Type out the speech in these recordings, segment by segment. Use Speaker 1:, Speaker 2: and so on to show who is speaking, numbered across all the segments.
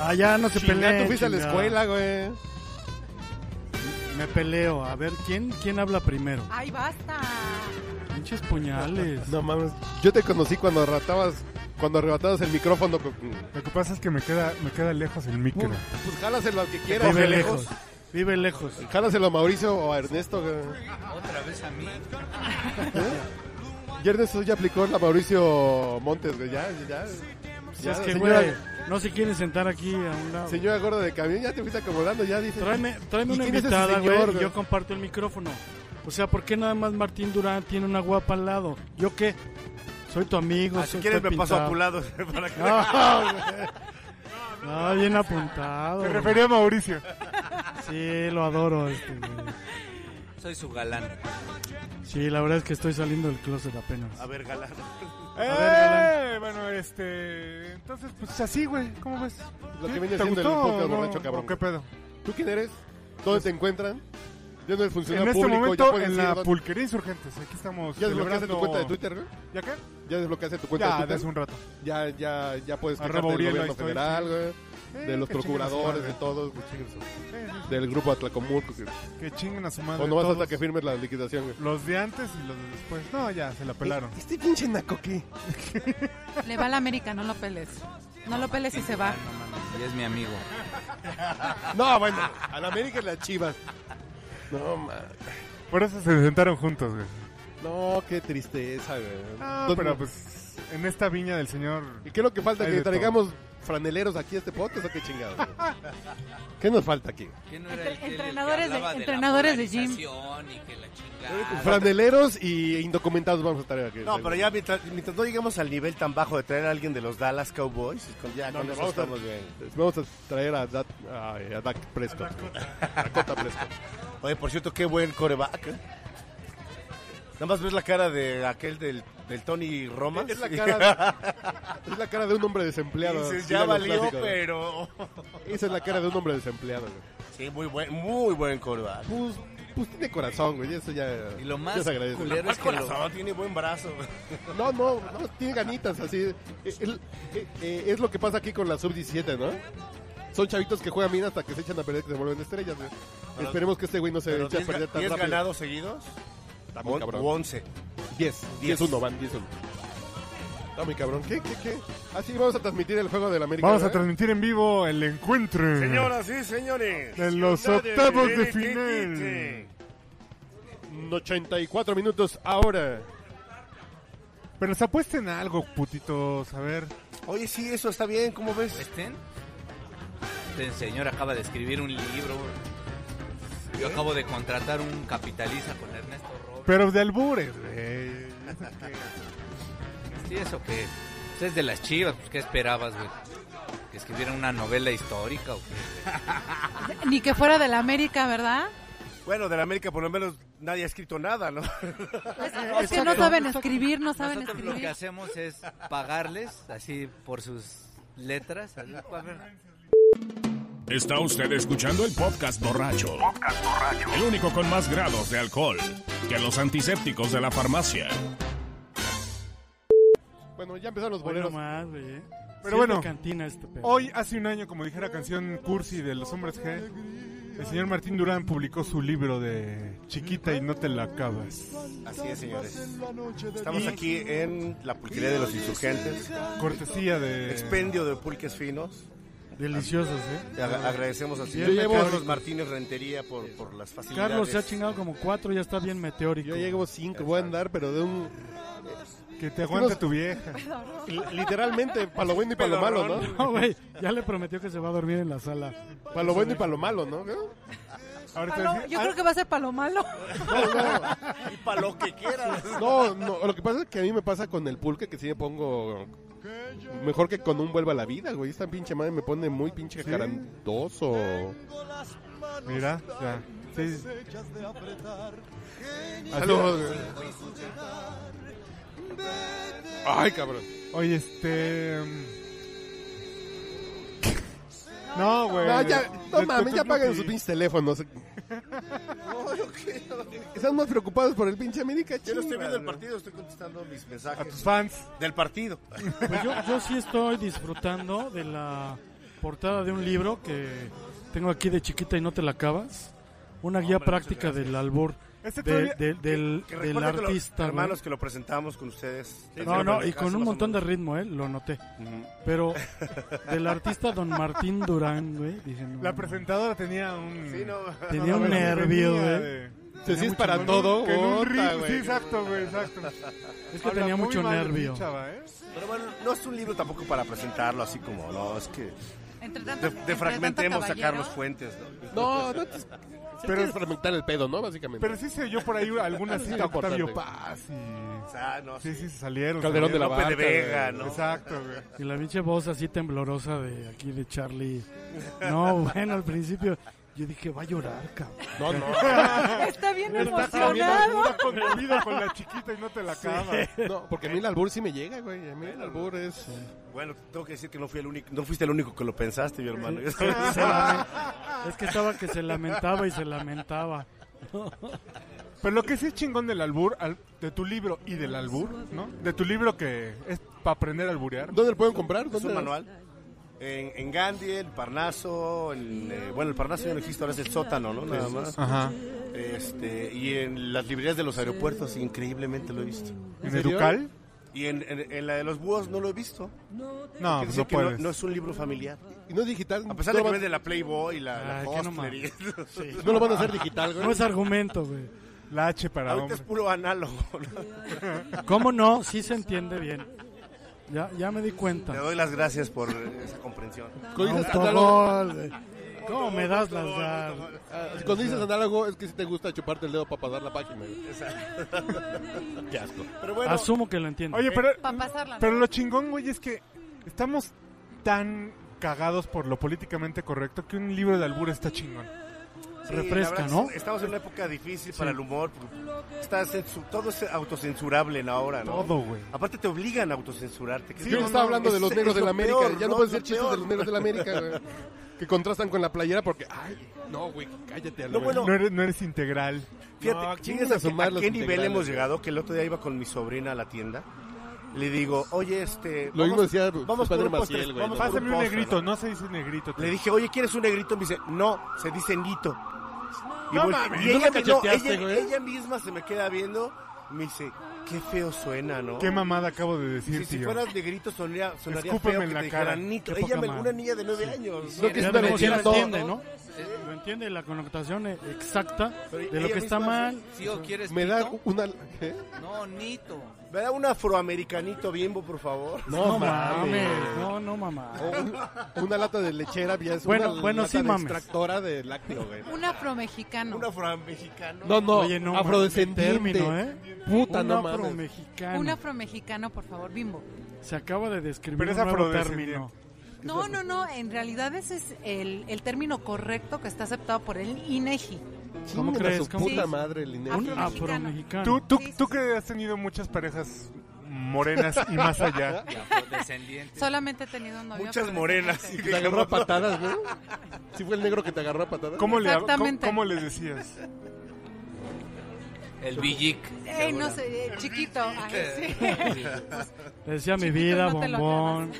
Speaker 1: Ah, ya no se
Speaker 2: Chingada,
Speaker 1: peleen.
Speaker 2: tú fuiste a la
Speaker 1: chingada.
Speaker 2: escuela, güey.
Speaker 1: Me peleo. A ver, ¿quién, quién habla primero?
Speaker 3: Ay, basta.
Speaker 1: Pinches puñales.
Speaker 2: No mames. Yo te conocí cuando arratabas, cuando arrebatabas el micrófono. con-
Speaker 4: Lo que pasa es que me queda, me queda lejos el micro.
Speaker 2: Pues jálaselo al que quieras.
Speaker 1: Vive
Speaker 2: de
Speaker 1: lejos. Vive lejos.
Speaker 2: Jálaselo a Mauricio o a Ernesto. güey.
Speaker 5: Otra vez a mí.
Speaker 2: Y Ernesto ya aplicó la Mauricio Montes, güey. Ya, ya.
Speaker 1: Si
Speaker 2: ya,
Speaker 1: Pues es que,
Speaker 2: señora,
Speaker 1: güey, no se quieren sentar aquí a un lado.
Speaker 2: señora gorda de camión, ya te fuiste acomodando, ya dices.
Speaker 1: Tráeme, tráeme
Speaker 2: ¿Y
Speaker 1: una
Speaker 2: quién es ese
Speaker 1: invitada,
Speaker 2: señor,
Speaker 1: güey, y
Speaker 2: güey?
Speaker 1: yo comparto el micrófono. O sea, ¿por qué nada más Martín Durán tiene una guapa al lado? ¿Yo qué? Soy tu amigo.
Speaker 6: Ah, si
Speaker 1: soy
Speaker 6: quieres me
Speaker 1: Pepín
Speaker 6: paso a
Speaker 1: Tao.
Speaker 6: tu lado. para que-
Speaker 1: No, Ah, bien apuntado.
Speaker 4: Me
Speaker 1: güey.
Speaker 4: refería a Mauricio.
Speaker 1: Sí, lo adoro. este, güey.
Speaker 5: Soy su galán.
Speaker 1: sí, la verdad es que estoy saliendo del closet apenas.
Speaker 6: A ver, galán.
Speaker 4: Eh, bueno, este. Entonces, pues así, güey. ¿Cómo ves?
Speaker 2: Lo que
Speaker 4: ¿Sí?
Speaker 2: viene
Speaker 4: ¿Te
Speaker 2: siendo el
Speaker 4: gustó
Speaker 2: podcast
Speaker 4: o no?
Speaker 2: borracho, cabrón.
Speaker 4: ¿O ¿Qué pedo?
Speaker 2: ¿Tú quién eres? ¿Dónde te encuentran? Yo no el
Speaker 4: En
Speaker 2: funcionario
Speaker 4: este
Speaker 2: público. ya
Speaker 4: momento,
Speaker 2: puedes
Speaker 4: en
Speaker 2: decir
Speaker 4: la
Speaker 2: dónde-
Speaker 4: pulquería insurgentes. Aquí estamos.
Speaker 2: ¿Ya desbloqueaste
Speaker 4: celebrando-
Speaker 2: tu cuenta de Twitter, güey?
Speaker 4: ¿Ya qué?
Speaker 2: ¿Ya desbloqueaste tu cuenta
Speaker 4: Ya,
Speaker 2: de
Speaker 4: desde hace
Speaker 2: Twitter?
Speaker 4: un rato.
Speaker 2: Ya, ya, ya puedes
Speaker 4: Arroba
Speaker 2: quejarte del
Speaker 4: Uriel, ahí
Speaker 2: gobierno
Speaker 4: estoy.
Speaker 2: federal, güey. De
Speaker 4: Eh,
Speaker 2: los
Speaker 4: que chinguen a su
Speaker 2: procuradores,
Speaker 4: madre.
Speaker 2: de todos. güey, chinguen su-
Speaker 4: Eh, sí,
Speaker 2: Del grupo Atlacomulco. güey.
Speaker 4: sí, Que chinguen a su madre.
Speaker 2: O no vas
Speaker 4: todos.
Speaker 2: hasta que firmes la liquidación, güey.
Speaker 4: Los de antes y los de después. No, ya, se la pelaron.
Speaker 2: Este pinche naco, ¿qué?
Speaker 3: Le va a la América, no lo peles. No lo peles y se va.
Speaker 5: No mames, y es mi amigo.
Speaker 2: No, bueno, a la América y las chivas. No, man.
Speaker 4: Por eso se sentaron juntos, güey.
Speaker 2: No, qué tristeza, güey.
Speaker 4: Ah,
Speaker 2: Entonces,
Speaker 4: pero pues en esta viña del señor
Speaker 2: ¿Y qué es lo que falta?
Speaker 4: Hay
Speaker 2: ¿Que
Speaker 4: de todo.
Speaker 2: traigamos franeleros aquí a este podcast o qué chingados? güey? ¿Qué nos falta aquí?
Speaker 5: ¿Qué no
Speaker 3: Entre-
Speaker 5: el que- el que
Speaker 3: entrenadores de-
Speaker 5: hablaba la
Speaker 3: entrenadores de gym.
Speaker 5: polarización Y que la chingada.
Speaker 2: Franeleros y indocumentados vamos a estar aquí.
Speaker 6: No, pero ya mientras, mientras no lleguemos al nivel tan bajo de traer a alguien de los Dallas Cowboys, con- ya
Speaker 2: No,
Speaker 6: con
Speaker 2: no,
Speaker 6: eso
Speaker 2: vamos a-
Speaker 6: estamos bien.
Speaker 2: Vamos a traer a, Dat, ay, a Dak Prescott. A Dakota Prescott.
Speaker 6: Oye, por cierto, qué buen coreback. ¿eh? Nada más ves la cara de aquel del, del Tony Romas.
Speaker 2: Es la cara de, es la cara de un hombre desempleado.
Speaker 6: Dices,
Speaker 2: dirían
Speaker 6: ya
Speaker 2: los
Speaker 6: valió,
Speaker 2: clásicos, güey.
Speaker 6: pero...
Speaker 2: Esa es la cara de un hombre desempleado. güey.
Speaker 6: Sí, muy buen, muy buen coreback.
Speaker 2: Pues, pues tiene corazón, güey. Eso ya,
Speaker 5: Y lo
Speaker 2: ya
Speaker 5: más
Speaker 2: se agradece.
Speaker 5: culero es que lo,
Speaker 6: corazón, tiene buen brazo.
Speaker 2: No, no, no, tiene ganitas así. Es, es lo que pasa aquí con la sub-17, ¿no? Son chavitos que juegan bien hasta que se echan a perder, que se vuelven estrellas, güey.
Speaker 6: Pero-
Speaker 2: Esperemos que este güey no se
Speaker 6: Pero
Speaker 2: eche a
Speaker 6: 10
Speaker 2: perder tan rápido.
Speaker 6: ganados seguidos?
Speaker 2: Está muy
Speaker 6: O
Speaker 2: cabrón.
Speaker 6: 11.
Speaker 2: 10, 10 1 van, 10 1. Está muy cabrón. ¿Qué, qué, qué? Así vamos a transmitir el juego del América.
Speaker 4: Vamos a
Speaker 2: ¿verdad?
Speaker 4: transmitir en vivo el encuentro.
Speaker 6: y señores.
Speaker 4: De los octavos de final.
Speaker 2: 84 minutos ahora.
Speaker 4: Pero se apuesten a algo, putitos. A ver.
Speaker 6: Oye, sí, eso está bien, ¿cómo ves?
Speaker 5: ¿Estén? Este señor acaba de escribir un libro. Yo acabo de contratar un capitalista con Ernesto Robles.
Speaker 4: Pero de albures, güey.
Speaker 5: ¿Y eso qué? Pues es de las chivas, pues ¿qué esperabas, güey? ¿Que escribiera una novela histórica o qué?
Speaker 3: Ni que fuera de la América, ¿verdad?
Speaker 6: Bueno, de la América por lo menos nadie ha escrito nada, ¿no?
Speaker 3: Es, es que no saben escribir, no saben
Speaker 5: Nosotros lo que
Speaker 3: escribir.
Speaker 5: hacemos es pagarles así por sus letras. así, pues, a ver.
Speaker 7: Está usted escuchando el podcast borracho. El único con más grados de alcohol que los antisépticos de la farmacia.
Speaker 2: Bueno, ya empezaron los
Speaker 1: Bueno,
Speaker 2: boleros.
Speaker 1: más, güey. eh.
Speaker 4: Pero
Speaker 1: Sí,
Speaker 4: bueno.
Speaker 1: es de cantina este pedo.
Speaker 4: Hoy, hace un año, como dijera canción Cursi de los hombres G, el señor Martín Durán publicó su libro de Chiquita y no te la acabas.
Speaker 6: Así es, señores. Estamos aquí en la pulquería de los insurgentes,
Speaker 4: Cortesía de.
Speaker 6: expendio de pulques finos.
Speaker 1: Deliciosos, ¿eh?
Speaker 6: Te ag- agradecemos al
Speaker 2: Yo
Speaker 6: señor
Speaker 2: llevo-
Speaker 6: Carlos Martínez Rentería por, por las facilidades.
Speaker 1: Carlos se ha chingado como cuatro, ya está bien meteórico.
Speaker 2: Yo llevo 5, voy a andar, pero de un...
Speaker 6: Eh,
Speaker 4: Que te aguante
Speaker 2: Unos-
Speaker 4: tu vieja.
Speaker 2: li- Literalmente, para lo bueno y para lo malo, ¿no?
Speaker 1: No, güey, ya le prometió que se va a dormir en la sala.
Speaker 2: Para lo bueno y para lo malo, ¿no? ¿No?
Speaker 4: Ahora te voy a
Speaker 3: Palo-
Speaker 4: decir-
Speaker 3: yo creo que va a ser para lo malo.
Speaker 6: Y para lo que quieras.
Speaker 2: No, no, lo que pasa es que a mí me pasa con el pulque que sí me pongo mejor que con un vuelva a la vida, güey. Esta pinche madre me pone muy pinche carandoso.
Speaker 4: ah, Mira, ya. Sí.
Speaker 2: Saludos, güey. Ay, cabrón.
Speaker 4: Oye, este. mm. No, güey.
Speaker 2: No, ya, no
Speaker 4: Le-
Speaker 2: mames,
Speaker 4: le-
Speaker 2: ya
Speaker 4: le-
Speaker 2: paguen
Speaker 4: le-
Speaker 2: sus pinches teléfonos. Están más preocupados por el pinche América,
Speaker 6: Yo no estoy
Speaker 2: chinga,
Speaker 6: viendo el
Speaker 2: güey.
Speaker 6: partido, estoy contestando mis
Speaker 4: A
Speaker 6: mensajes
Speaker 4: tus fans.
Speaker 6: del partido.
Speaker 1: Pues yo, yo sí estoy disfrutando de la portada de un libro que tengo aquí de chiquita y no te la acabas. Una guía práctica del albur
Speaker 4: Este
Speaker 1: de-
Speaker 4: todavía-
Speaker 1: de- del,
Speaker 6: Que
Speaker 1: del
Speaker 6: recuerden que lo-
Speaker 1: artista. güey.
Speaker 6: hermanos que lo presentamos con ustedes.
Speaker 1: No, no, y con un montón de ritmo, ¿eh? Lo noté. Pero del artista Don Martín Durán, güey. Dije, no,
Speaker 4: La
Speaker 1: no.
Speaker 4: presentadora tenía un... ¿eh?
Speaker 6: Sí, no.
Speaker 1: Tenía un nervio, güey.
Speaker 2: Si sí es para
Speaker 4: Con un-
Speaker 2: todo,
Speaker 4: que en un
Speaker 2: bota,
Speaker 4: ritmo-
Speaker 2: güey.
Speaker 4: Sí, exacto, güey, exacto.
Speaker 1: Es que
Speaker 4: Habla
Speaker 1: tenía
Speaker 4: muy
Speaker 1: mucho
Speaker 4: mal de mí,
Speaker 1: nervio.
Speaker 4: chava, ¿eh?
Speaker 6: Pero bueno, no es un libro tampoco para presentarlo así como, no, es que
Speaker 3: Entre tanto,
Speaker 6: de-
Speaker 3: entre tanto
Speaker 6: defragmentemos a
Speaker 3: caballero,
Speaker 6: Carlos Fuentes. ¿no?
Speaker 2: No, no te... Pero es fragmentar el pedo, ¿no? Básicamente.
Speaker 4: Pero sí se oyó por ahí alguna
Speaker 2: Sí,
Speaker 4: cita a Octavio
Speaker 2: importante. Ah,
Speaker 4: Paz y...
Speaker 6: O sea, no,
Speaker 4: Sí, sí, se salieron.
Speaker 2: Calderón de la
Speaker 6: Lope
Speaker 2: Barca.
Speaker 6: de Vega,
Speaker 2: güey.
Speaker 6: ¿no?
Speaker 4: Exacto, güey.
Speaker 1: Y la pinche voz así temblorosa de aquí de Charlie. No, bueno, al principio yo dije, va a llorar, cabrón.
Speaker 2: No, no.
Speaker 3: Está bien
Speaker 4: Está
Speaker 3: emocionado.
Speaker 4: toda conmovida con la chiquita y no te la acabas.
Speaker 2: No, porque a mí el albur sí me llega, güey. A mí el albur es...
Speaker 6: Bueno, tengo que decir que no, fui el único, no fuiste el único que lo pensaste, mi hermano. Yo soy-
Speaker 1: Se lamen- Es que estaba que se lamentaba y se lamentaba.
Speaker 4: Pero lo que sí es chingón del albur, al- de tu libro y del albur, ¿no? De tu libro que es para aprender a alburear.
Speaker 2: ¿Dónde lo pueden comprar?
Speaker 6: Es
Speaker 2: ¿Dónde
Speaker 6: un manual. En, en Gandhi, el Parnaso, en, eh, bueno, el Parnaso ya no existe, ahora es el sótano, ¿no? Nada más.
Speaker 4: Ajá.
Speaker 6: Este, y en las librerías de los aeropuertos, increíblemente lo he visto.
Speaker 4: ¿En
Speaker 2: serio?
Speaker 4: Educal?
Speaker 6: Y en, en- en la de los búhos no lo he visto.
Speaker 4: No,
Speaker 6: Quiere
Speaker 4: pues
Speaker 6: decir
Speaker 4: no
Speaker 6: que no,
Speaker 4: puedes.
Speaker 6: no es un libro familiar.
Speaker 2: Y no es digital.
Speaker 6: A pesar
Speaker 2: no
Speaker 6: de que
Speaker 2: lo van-
Speaker 6: vende la Playboy y la, la
Speaker 1: Ay, qué no
Speaker 6: Hostler y-
Speaker 2: No lo van a hacer digital, güey.
Speaker 1: No es argumento, güey.
Speaker 4: La H para
Speaker 6: Ahorita
Speaker 4: hombre.
Speaker 6: es puro análogo. ¿no?
Speaker 1: ¿Cómo no? Sí se entiende bien. Ya, ya me di
Speaker 6: Te
Speaker 1: cuenta.
Speaker 6: doy las gracias por eh, esa comprensión.
Speaker 2: Cuando dices análogo,
Speaker 1: Autogol, güey. ¿Cómo me das las ganas?
Speaker 2: ah, cuando dices análogo es que si te gusta chuparte el dedo para pasar la página. güey. Qué asco.
Speaker 6: Pero bueno,
Speaker 1: Asumo que lo entiendo.
Speaker 6: Eh,
Speaker 4: Oye, pero,
Speaker 3: Para pasarla.
Speaker 4: pero lo chingón, güey, es que estamos tan cagados por lo políticamente correcto que un libro de albur está chingón.
Speaker 6: sí,
Speaker 1: refresca,
Speaker 6: la verdad
Speaker 1: ¿no?
Speaker 6: que Estamos en una época difícil para el humor. porque Está censu- todo es autocensurable en ahora, ¿no?
Speaker 4: Todo, güey.
Speaker 6: Aparte te obligan a autocensurarte. que
Speaker 4: Sí,
Speaker 6: es-
Speaker 2: Yo
Speaker 4: no,
Speaker 2: estaba
Speaker 4: no,
Speaker 2: hablando de
Speaker 6: es-
Speaker 2: los negros
Speaker 6: es
Speaker 2: de
Speaker 6: lo
Speaker 2: la América.
Speaker 6: peor,
Speaker 2: ya no
Speaker 6: ¿no?
Speaker 2: pueden ser
Speaker 6: Lo
Speaker 2: chistes de
Speaker 6: peor.
Speaker 2: los negros de la América, güey. Que contrastan con la playera porque, ay, no, güey, cállate. a la
Speaker 6: No,
Speaker 2: verga.
Speaker 6: bueno,
Speaker 4: No eres, no eres integral.
Speaker 6: Fíjate,
Speaker 2: No,
Speaker 6: ¿chingas
Speaker 2: chingas a
Speaker 6: a, qué-
Speaker 2: sumar
Speaker 6: a
Speaker 2: los
Speaker 6: qué nivel
Speaker 2: integrales,
Speaker 6: hemos
Speaker 2: güey.
Speaker 6: llegado? Que el otro día iba con mi sobrina a la tienda. Le digo, oye, este.
Speaker 2: Lo mismo decía su
Speaker 6: vamos por
Speaker 2: padre
Speaker 6: un postre,
Speaker 2: Maciel, güey,
Speaker 6: vamos
Speaker 2: ¿no?
Speaker 6: por
Speaker 4: Pásame un
Speaker 6: postre,
Speaker 4: negrito,
Speaker 6: ¿no?
Speaker 4: no se dice negrito.
Speaker 6: Le dije, oye, ¿quieres un negrito? Me dice, no, se dice nito. Y,
Speaker 2: No
Speaker 6: vol-
Speaker 2: mames,
Speaker 6: y
Speaker 2: ¿no
Speaker 6: ella,
Speaker 2: la
Speaker 6: me- no,
Speaker 2: cacheteaste,
Speaker 6: ella-
Speaker 2: güey?
Speaker 6: ella misma se me queda viendo. Me dice, qué feo suena, ¿no?
Speaker 4: Qué mamada acabo de decir,
Speaker 6: si, si
Speaker 4: tío.
Speaker 6: fueras negrito sonaría, sonaría
Speaker 4: Escúpeme
Speaker 6: feo
Speaker 4: en
Speaker 6: que
Speaker 4: la
Speaker 6: te
Speaker 4: cara.
Speaker 6: dijeran nito.
Speaker 1: Qué
Speaker 6: Ella,
Speaker 1: poca
Speaker 6: me-
Speaker 1: madre.
Speaker 6: una niña de nueve años.
Speaker 2: Creo que es
Speaker 1: Ya
Speaker 2: una
Speaker 1: vemos que lo
Speaker 2: leyenda.
Speaker 1: entiende, ¿no? Lo entiende la connotación e- exacta
Speaker 6: Pero
Speaker 1: de lo
Speaker 6: ella
Speaker 1: que está
Speaker 6: misma
Speaker 1: mal.
Speaker 5: ¿Sí o quieres
Speaker 2: Me da
Speaker 5: pito?
Speaker 2: una... ¿eh?
Speaker 5: No, Nito.
Speaker 6: Me da un afroamericanito bimbo, por favor.
Speaker 1: No mames, no, no mamá.
Speaker 2: O un- una lata de lechera, ya es
Speaker 1: Bueno,
Speaker 2: una
Speaker 1: bueno,
Speaker 2: lata
Speaker 1: sí,
Speaker 2: de
Speaker 1: mames.
Speaker 2: extractora de lácteo, güey.
Speaker 3: Un afromexicano.
Speaker 6: Un afroamericano.
Speaker 2: No, no,
Speaker 1: Oye, no,
Speaker 2: afrodescendiente.
Speaker 1: mames, qué término, ¿eh?
Speaker 2: Puta,
Speaker 1: un
Speaker 2: no
Speaker 1: afro
Speaker 2: mames.
Speaker 1: mexicano.
Speaker 3: Un afromexicano, por favor, bimbo.
Speaker 1: Se acaba de describir
Speaker 4: Pero es
Speaker 1: un nuevo
Speaker 4: afrodescendiente.
Speaker 1: término.
Speaker 3: No, no, no. En realidad ese es el, el término correcto que está aceptado por el INEGI.
Speaker 1: ¿Cómo
Speaker 2: Chinga
Speaker 1: crees?
Speaker 2: Su
Speaker 1: ¿Cómo
Speaker 2: puta
Speaker 3: crees?
Speaker 2: madre, el INEGI.
Speaker 1: Un
Speaker 3: Afromexicano.
Speaker 1: afromexicano.
Speaker 4: Tú, tú,
Speaker 3: Sí, sí,
Speaker 4: tú
Speaker 3: sí.
Speaker 4: que has tenido muchas parejas morenas y más allá.
Speaker 5: Descendiente.
Speaker 3: Solamente he tenido un novio.
Speaker 6: Muchas
Speaker 3: afrodescendiente.
Speaker 6: morenas.
Speaker 2: Te agarró a patadas, ¿no? Sí fue el negro que te agarró a patadas.
Speaker 4: ¿Cómo, le, cómo,
Speaker 3: Exactamente.
Speaker 4: cómo les decías?
Speaker 5: El Villic.
Speaker 3: Eh, no sé, eh, chiquito. Ay, sí.
Speaker 1: Le decía mi
Speaker 3: Chiquito,
Speaker 1: vida,
Speaker 3: no te lo
Speaker 1: bombón.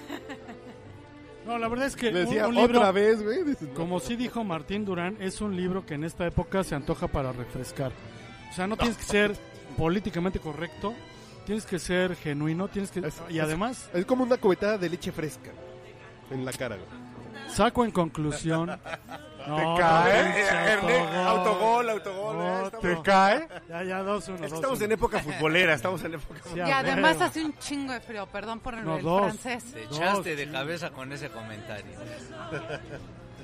Speaker 1: No, la verdad es que
Speaker 2: Le
Speaker 1: un,
Speaker 2: decía
Speaker 1: un libro,
Speaker 2: otra vez, güey. Dices, no.
Speaker 1: como sí dijo Martín Durán, es un libro que en esta época se antoja para refrescar. O sea, no tienes que ser políticamente correcto, tienes que ser genuino, tienes que
Speaker 2: Es-
Speaker 1: y además
Speaker 2: Es como una cubetada de leche fresca en la cara, güey.
Speaker 1: saco en conclusión. No,
Speaker 4: Te cae,
Speaker 1: no, pinche autogol.
Speaker 6: Autogol, autogol. eh, estamos-
Speaker 1: Otro.
Speaker 4: ¿Te cae?
Speaker 1: Ya, ya, dos, uno,
Speaker 6: Es que
Speaker 1: dos,
Speaker 6: estamos
Speaker 1: uno.
Speaker 6: en época futbolera, estamos en época
Speaker 1: Sí,
Speaker 6: futbolera.
Speaker 1: a
Speaker 3: Y además
Speaker 1: huevo.
Speaker 3: hace un chingo de frío. Perdón por el
Speaker 1: No,
Speaker 3: el
Speaker 1: dos.
Speaker 3: francés.
Speaker 5: Te echaste
Speaker 1: No,
Speaker 5: de
Speaker 1: sí.
Speaker 5: cabeza con ese comentario.